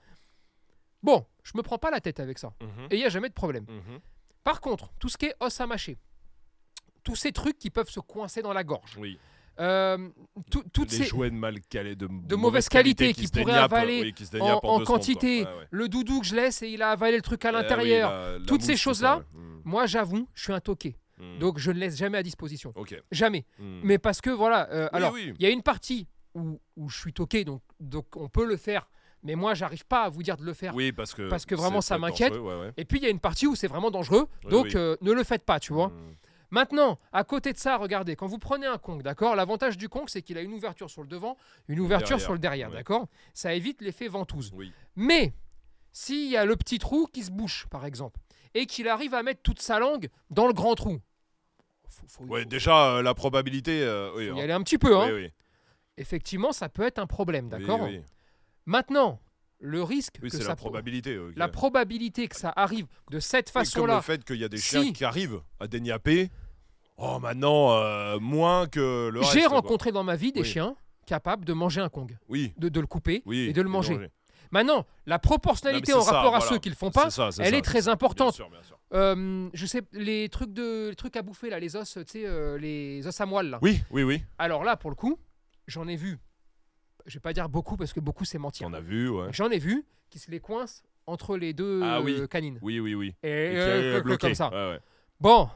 [SPEAKER 3] Bon, je me prends pas la tête avec ça,
[SPEAKER 2] Mhm.
[SPEAKER 3] et il y a jamais de problème.
[SPEAKER 2] Mhm.
[SPEAKER 3] Par contre, tout ce qui est os à mâcher, tous ces trucs qui peuvent se coincer dans la gorge.
[SPEAKER 2] Oui.
[SPEAKER 3] Euh, tout- toutes
[SPEAKER 2] des
[SPEAKER 3] ces
[SPEAKER 2] jouets de mal calés, de, de
[SPEAKER 3] mauvaise qualité qui
[SPEAKER 2] se
[SPEAKER 3] pourraient
[SPEAKER 2] déniappent,
[SPEAKER 3] avaler
[SPEAKER 2] oui, qui se
[SPEAKER 3] en,
[SPEAKER 2] déniappent
[SPEAKER 3] en
[SPEAKER 2] deux secondes,
[SPEAKER 3] quantité,
[SPEAKER 2] quoi. Ouais, ouais.
[SPEAKER 3] le doudou que je laisse et il a avalé le truc à
[SPEAKER 2] Ah oui,
[SPEAKER 3] l'intérieur.
[SPEAKER 2] la- la
[SPEAKER 3] toutes ces
[SPEAKER 2] mousse, tout
[SPEAKER 3] choses-là,
[SPEAKER 2] ça, ouais. Mhm.
[SPEAKER 3] Moi, j'avoue, je suis un toqué,
[SPEAKER 2] Mhm.
[SPEAKER 3] donc je ne laisse jamais à disposition,
[SPEAKER 2] Ok.
[SPEAKER 3] jamais.
[SPEAKER 2] Mhm.
[SPEAKER 3] Mais parce que voilà, euh,
[SPEAKER 2] Oui,
[SPEAKER 3] alors
[SPEAKER 2] oui.
[SPEAKER 3] il y a une partie où, où je suis toqué, donc donc on peut le faire, mais moi j'arrive pas à vous dire de le faire.
[SPEAKER 2] Oui, parce que
[SPEAKER 3] parce que vraiment,
[SPEAKER 2] c'est
[SPEAKER 3] ça
[SPEAKER 2] peut-être
[SPEAKER 3] m'inquiète.
[SPEAKER 2] dangereux, ouais, ouais.
[SPEAKER 3] Et puis il y a une partie où c'est vraiment dangereux,
[SPEAKER 2] Oui,
[SPEAKER 3] donc
[SPEAKER 2] oui.
[SPEAKER 3] euh, ne le faites pas, tu vois.
[SPEAKER 2] Mhm.
[SPEAKER 3] Maintenant, à côté de ça, regardez, quand vous prenez un Kong, d'accord, l'avantage du Kong, c'est qu'il a une ouverture sur le devant, une ouverture
[SPEAKER 2] derrière,
[SPEAKER 3] sur le derrière,
[SPEAKER 2] ouais.
[SPEAKER 3] d'accord Ça évite l'effet ventouse.
[SPEAKER 2] Oui.
[SPEAKER 3] Mais s'il y a le petit trou qui se bouche, par exemple, et qu'il arrive à mettre toute sa langue dans le grand trou. Faut, faut-
[SPEAKER 2] Ouais,
[SPEAKER 3] faut-
[SPEAKER 2] déjà, euh, la probabilité. euh, oui,
[SPEAKER 3] faut y
[SPEAKER 2] hein.
[SPEAKER 3] aller un petit peu. hein.
[SPEAKER 2] Oui, oui.
[SPEAKER 3] Effectivement, ça peut être un problème,
[SPEAKER 2] Oui,
[SPEAKER 3] d'accord
[SPEAKER 2] Oui,
[SPEAKER 3] Maintenant, le risque
[SPEAKER 2] Oui,
[SPEAKER 3] que
[SPEAKER 2] c'est
[SPEAKER 3] ça
[SPEAKER 2] la
[SPEAKER 3] peut-
[SPEAKER 2] probabilité. ok.
[SPEAKER 3] la probabilité que ça arrive de cette
[SPEAKER 2] Oui, comme le
[SPEAKER 3] façon-là,
[SPEAKER 2] fait qu'il y a des chiens
[SPEAKER 3] Si.
[SPEAKER 2] qui arrivent à dégnapper. Oh, maintenant, euh, moins que le reste.
[SPEAKER 3] j'ai
[SPEAKER 2] quoi.
[SPEAKER 3] rencontré dans ma vie des
[SPEAKER 2] Oui.
[SPEAKER 3] chiens capables de manger un Kong,
[SPEAKER 2] Oui,
[SPEAKER 3] de, de le couper
[SPEAKER 2] oui.
[SPEAKER 3] et de le manger. Maintenant, la proportionnalité
[SPEAKER 2] Non,
[SPEAKER 3] en
[SPEAKER 2] mais c'est ça,
[SPEAKER 3] rapport à
[SPEAKER 2] voilà.
[SPEAKER 3] ceux qui le font pas,
[SPEAKER 2] C'est ça, c'est
[SPEAKER 3] elle
[SPEAKER 2] ça,
[SPEAKER 3] est
[SPEAKER 2] c'est
[SPEAKER 3] très
[SPEAKER 2] ça. Bien
[SPEAKER 3] importante.
[SPEAKER 2] sûr, bien sûr.
[SPEAKER 3] Euh, je sais, les trucs, de, les trucs à bouffer, là, les os, tu sais, euh, les os à moelle, là.
[SPEAKER 2] Oui, oui, oui.
[SPEAKER 3] Alors là, pour le coup, j'en ai vu, je vais pas dire beaucoup parce que beaucoup c'est mentir,
[SPEAKER 2] On a vu, ouais.
[SPEAKER 3] j'en ai vu qui se les coincent entre les deux
[SPEAKER 2] Ah oui.
[SPEAKER 3] euh, canines.
[SPEAKER 2] Oui, oui, oui.
[SPEAKER 3] Et,
[SPEAKER 2] Et qui est
[SPEAKER 3] euh, que- que-
[SPEAKER 2] bloqué.
[SPEAKER 3] comme ça.
[SPEAKER 2] Ouais, ouais.
[SPEAKER 3] Bon,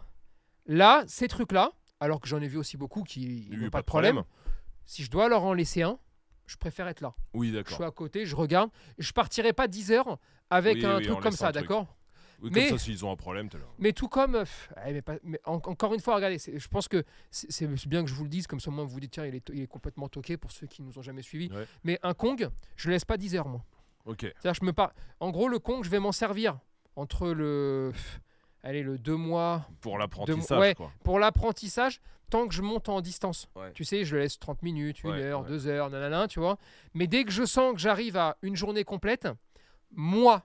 [SPEAKER 3] là, ces trucs-là, alors que j'en ai vu aussi beaucoup qui
[SPEAKER 2] Il y a
[SPEAKER 3] n'ont
[SPEAKER 2] eu
[SPEAKER 3] pas de problème, si je dois leur en laisser un, je préfère être là.
[SPEAKER 2] Oui,
[SPEAKER 3] Je suis
[SPEAKER 2] d'accord.
[SPEAKER 3] à côté, je regarde. Je partirai pas 10 heures avec
[SPEAKER 2] Oui,
[SPEAKER 3] un
[SPEAKER 2] oui, en
[SPEAKER 3] truc comme
[SPEAKER 2] laissant
[SPEAKER 3] ça,
[SPEAKER 2] un truc.
[SPEAKER 3] d'accord
[SPEAKER 2] Oui,
[SPEAKER 3] Mais-
[SPEAKER 2] Comme ça, s'ils ont un problème, t'es là.
[SPEAKER 3] Mais tout comme. euh, pff, eh, mais pas- mais en- encore une fois, regardez, c'est- je pense que c'est c'est bien que je vous le dise, comme ça au moins vous vous dites, tiens, il est, il est complètement toqué pour ceux qui nous ont jamais suivis.
[SPEAKER 2] Ouais.
[SPEAKER 3] Mais un Kong, je le laisse pas 10 heures, moi.
[SPEAKER 2] Ok.
[SPEAKER 3] C'est-à-dire, je me par- En gros, le Kong, je vais m'en servir entre le. pff, Allez, le 2 mois,
[SPEAKER 2] Pour l'apprentissage,
[SPEAKER 3] ouais.
[SPEAKER 2] quoi.
[SPEAKER 3] pour l'apprentissage tant que je monte en distance.
[SPEAKER 2] Ouais.
[SPEAKER 3] Tu sais, je le laisse 30 minutes, 1
[SPEAKER 2] Ouais,
[SPEAKER 3] heure,
[SPEAKER 2] ouais.
[SPEAKER 3] 2 heures, nanana, tu vois. Mais dès que je sens que j'arrive à une journée complète, moi,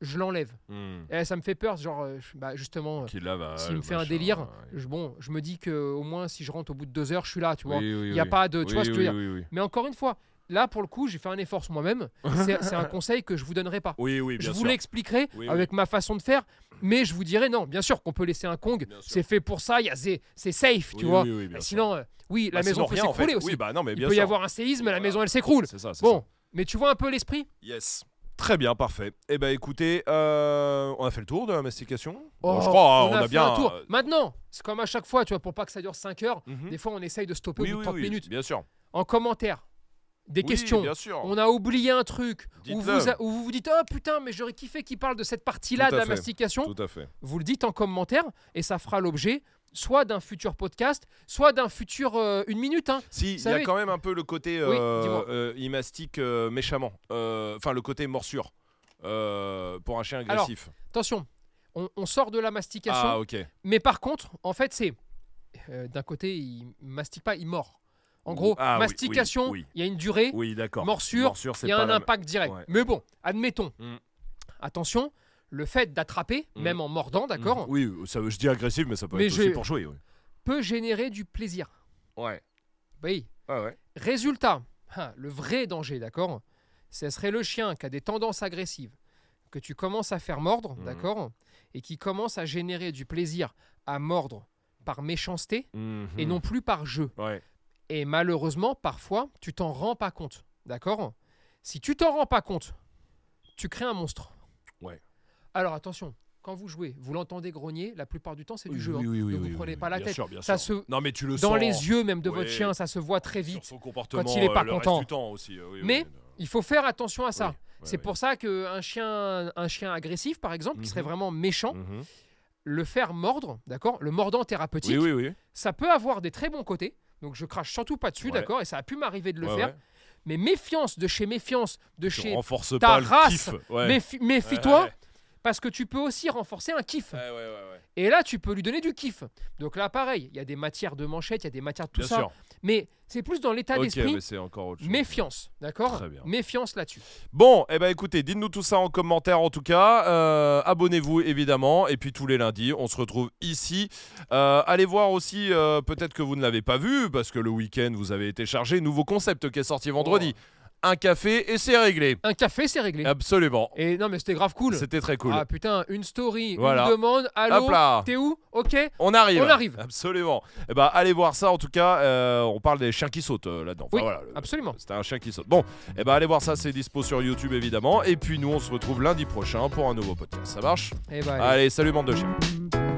[SPEAKER 3] je l'enlève.
[SPEAKER 2] Hmm.
[SPEAKER 3] Et ça me fait peur, genre, euh, je- bah, justement, euh,
[SPEAKER 2] Qui lave.
[SPEAKER 3] s'il me fait un délire, je, bon, je me dis que au moins si je rentre au bout de 2 heures, je suis là, tu vois. Il n'y a pas de. Tu vois ce que je veux dire
[SPEAKER 2] Oui, oui.
[SPEAKER 3] Mais encore une fois, là, pour le coup, j'ai fait un effort sur
[SPEAKER 2] *laughs*
[SPEAKER 3] moi-même. C'est c'est un conseil que je vous donnerai pas.
[SPEAKER 2] Oui, oui,
[SPEAKER 3] Je
[SPEAKER 2] bien
[SPEAKER 3] vous
[SPEAKER 2] sûr.
[SPEAKER 3] l'expliquerai
[SPEAKER 2] Oui, oui.
[SPEAKER 3] avec ma façon de faire, mais je vous dirai non, bien sûr qu'on peut laisser un Kong,
[SPEAKER 2] Bien sûr.
[SPEAKER 3] c'est fait pour ça, il y a zé- c'est safe,
[SPEAKER 2] Oui,
[SPEAKER 3] tu vois.
[SPEAKER 2] oui, oui, bien
[SPEAKER 3] Bah,
[SPEAKER 2] sûr.
[SPEAKER 3] sinon, euh, oui, la
[SPEAKER 2] Bah,
[SPEAKER 3] maison
[SPEAKER 2] sinon,
[SPEAKER 3] peut
[SPEAKER 2] rien, en fait.
[SPEAKER 3] s'écrouler aussi.
[SPEAKER 2] Oui, bah non, mais
[SPEAKER 3] Il
[SPEAKER 2] bien
[SPEAKER 3] peut y
[SPEAKER 2] sûr.
[SPEAKER 3] avoir un séisme, la
[SPEAKER 2] Voilà.
[SPEAKER 3] maison elle s'écroule.
[SPEAKER 2] C'est ça, c'est
[SPEAKER 3] Bon, mais tu vois un peu l'esprit
[SPEAKER 2] ça. Yes. Très bien, parfait. Eh ben écoutez, euh, on a fait le tour de la mastication. Bon, je
[SPEAKER 3] Oh,
[SPEAKER 2] crois, hein, on,
[SPEAKER 3] fait
[SPEAKER 2] bien.
[SPEAKER 3] un tour.
[SPEAKER 2] euh,
[SPEAKER 3] Maintenant, c'est comme à chaque fois, tu vois, pour pas que ça dure 5 heures,
[SPEAKER 2] mhm.
[SPEAKER 3] des fois on essaye de stopper au
[SPEAKER 2] Oui,
[SPEAKER 3] bout de
[SPEAKER 2] oui,
[SPEAKER 3] 30
[SPEAKER 2] oui,
[SPEAKER 3] minutes.
[SPEAKER 2] bien sûr.
[SPEAKER 3] En commentaire, des
[SPEAKER 2] Oui,
[SPEAKER 3] questions.
[SPEAKER 2] Bien sûr.
[SPEAKER 3] On a oublié un truc, où
[SPEAKER 2] Dites-le.
[SPEAKER 3] vous, a- où vous vous dites Oh putain, mais j'aurais kiffé qu'il parle de cette partie-là
[SPEAKER 2] Tout
[SPEAKER 3] de
[SPEAKER 2] à
[SPEAKER 3] la
[SPEAKER 2] fait.
[SPEAKER 3] mastication.
[SPEAKER 2] Tout à fait.
[SPEAKER 3] vous le dites en commentaire et ça fera l'objet soit d'un futur podcast, soit d'un futur euh, une minute. hein.
[SPEAKER 2] Si,
[SPEAKER 3] Vous
[SPEAKER 2] il y
[SPEAKER 3] savez-
[SPEAKER 2] a quand même un peu le côté.
[SPEAKER 3] Oui,
[SPEAKER 2] euh,
[SPEAKER 3] dis-moi.
[SPEAKER 2] euh, il mastique euh, méchamment. Euh, Enfin, le côté morsure. euh, pour un chien
[SPEAKER 3] Alors,
[SPEAKER 2] agressif.
[SPEAKER 3] Attention, on, on sort de la mastication,
[SPEAKER 2] ah, ok.
[SPEAKER 3] mais par contre, en fait, c'est euh, d'un côté, il mastique pas, il mord. En gros,
[SPEAKER 2] Ah oui,
[SPEAKER 3] mastication, il
[SPEAKER 2] oui, oui.
[SPEAKER 3] y a une durée, il
[SPEAKER 2] Oui, d'accord.
[SPEAKER 3] Morsure,
[SPEAKER 2] c'est
[SPEAKER 3] y a
[SPEAKER 2] pas
[SPEAKER 3] un
[SPEAKER 2] la-
[SPEAKER 3] impact direct.
[SPEAKER 2] Ouais.
[SPEAKER 3] Mais bon, admettons.
[SPEAKER 2] Mm.
[SPEAKER 3] Attention, le fait d'attraper,
[SPEAKER 2] Mm.
[SPEAKER 3] même en mordant, d'accord,
[SPEAKER 2] Oui, ça, je dis agressif, mais ça peut
[SPEAKER 3] Mais
[SPEAKER 2] être
[SPEAKER 3] j'ai-
[SPEAKER 2] aussi pour jouer. Oui.
[SPEAKER 3] peut générer du plaisir.
[SPEAKER 2] Ouais.
[SPEAKER 3] Oui. Résultat, hein, le vrai danger, d'accord Ce serait le chien qui a des tendances agressives, que tu commences à faire mordre,
[SPEAKER 2] Mhm.
[SPEAKER 3] d'accord Et qui commence à générer du plaisir à mordre par méchanceté
[SPEAKER 2] Mhm.
[SPEAKER 3] et non plus par jeu.
[SPEAKER 2] Ouais.
[SPEAKER 3] Et malheureusement, parfois, tu t'en rends pas compte, d'accord Si tu t'en rends pas compte, tu crées un monstre.
[SPEAKER 2] Ouais.
[SPEAKER 3] Alors attention, quand vous jouez, vous l'entendez grogner, la plupart du temps c'est du jeu. hein.
[SPEAKER 2] oui,
[SPEAKER 3] ne vous prenez pas la
[SPEAKER 2] bien
[SPEAKER 3] tête.
[SPEAKER 2] sûr, bien
[SPEAKER 3] Ça
[SPEAKER 2] sûr.
[SPEAKER 3] se...
[SPEAKER 2] Non, mais tu le
[SPEAKER 3] Dans
[SPEAKER 2] sens
[SPEAKER 3] les yeux même de votre
[SPEAKER 2] Ouais.
[SPEAKER 3] chien, ça se voit très
[SPEAKER 2] sur
[SPEAKER 3] vite.
[SPEAKER 2] son comportement
[SPEAKER 3] quand il est pas
[SPEAKER 2] euh, le reste
[SPEAKER 3] content.
[SPEAKER 2] du temps aussi. euh, oui, oui,
[SPEAKER 3] Mais
[SPEAKER 2] oui, euh,
[SPEAKER 3] Il faut faire attention à
[SPEAKER 2] oui,
[SPEAKER 3] ça.
[SPEAKER 2] ouais,
[SPEAKER 3] C'est
[SPEAKER 2] oui.
[SPEAKER 3] pour ça qu'un chien, un chien agressif, par exemple, qui serait
[SPEAKER 2] Mhm.
[SPEAKER 3] vraiment méchant,
[SPEAKER 2] Mhm.
[SPEAKER 3] le faire mordre, d'accord Le mordant thérapeutique,
[SPEAKER 2] Oui, oui, oui.
[SPEAKER 3] ça peut avoir des très bons côtés. Donc je crache surtout pas dessus,
[SPEAKER 2] Ouais.
[SPEAKER 3] d'accord Et ça a pu m'arriver de le
[SPEAKER 2] Ouais,
[SPEAKER 3] faire.
[SPEAKER 2] ouais.
[SPEAKER 3] Mais méfiance de chez méfiance, de
[SPEAKER 2] Tu
[SPEAKER 3] chez...
[SPEAKER 2] renforces
[SPEAKER 3] ta
[SPEAKER 2] pas le
[SPEAKER 3] race,
[SPEAKER 2] kiff. Ouais.
[SPEAKER 3] Méfi- Méfie-toi, parce que tu peux aussi renforcer un kiff.
[SPEAKER 2] Ouais, ouais, ouais, ouais.
[SPEAKER 3] Et là, tu peux lui donner du kiff. Donc là, pareil, il y a des matières de manchette, il y a des matières de tout
[SPEAKER 2] Bien
[SPEAKER 3] ça.
[SPEAKER 2] sûr.
[SPEAKER 3] Mais c'est plus dans l'état
[SPEAKER 2] Ok,
[SPEAKER 3] d'esprit,
[SPEAKER 2] mais c'est encore autre chose.
[SPEAKER 3] méfiance, d'accord
[SPEAKER 2] Très bien.
[SPEAKER 3] Méfiance là-dessus.
[SPEAKER 2] Bon, eh ben écoutez, dites-nous tout ça en commentaire en tout cas. Euh, Abonnez-vous évidemment. Et puis tous les lundis, on se retrouve ici. Euh, allez voir aussi, euh, peut-être que vous ne l'avez pas vu, parce que le week-end vous avez été chargé. Nouveau concept qui est sorti vendredi. Un café et c'est réglé.
[SPEAKER 3] Un café, c'est réglé.
[SPEAKER 2] Absolument.
[SPEAKER 3] Oh. Et non, mais c'était grave cool.
[SPEAKER 2] C'était très cool.
[SPEAKER 3] Ah putain, une story,
[SPEAKER 2] Voilà.
[SPEAKER 3] une demande,
[SPEAKER 2] Hop
[SPEAKER 3] allô,
[SPEAKER 2] là.
[SPEAKER 3] t'es où Ok,
[SPEAKER 2] On arrive.
[SPEAKER 3] On arrive.
[SPEAKER 2] Absolument. Eh ben allez voir ça en tout cas. Euh, on parle des chiens qui sautent euh, là-dedans. Enfin,
[SPEAKER 3] Oui,
[SPEAKER 2] voilà, le-
[SPEAKER 3] absolument.
[SPEAKER 2] C'était un chien qui saute. Bon, eh ben allez voir ça, c'est dispo sur YouTube évidemment. Et puis nous, on se retrouve lundi prochain pour un nouveau podcast. Ça marche
[SPEAKER 3] Et bah,
[SPEAKER 2] Allez, salut bande de chiens.
[SPEAKER 4] Thank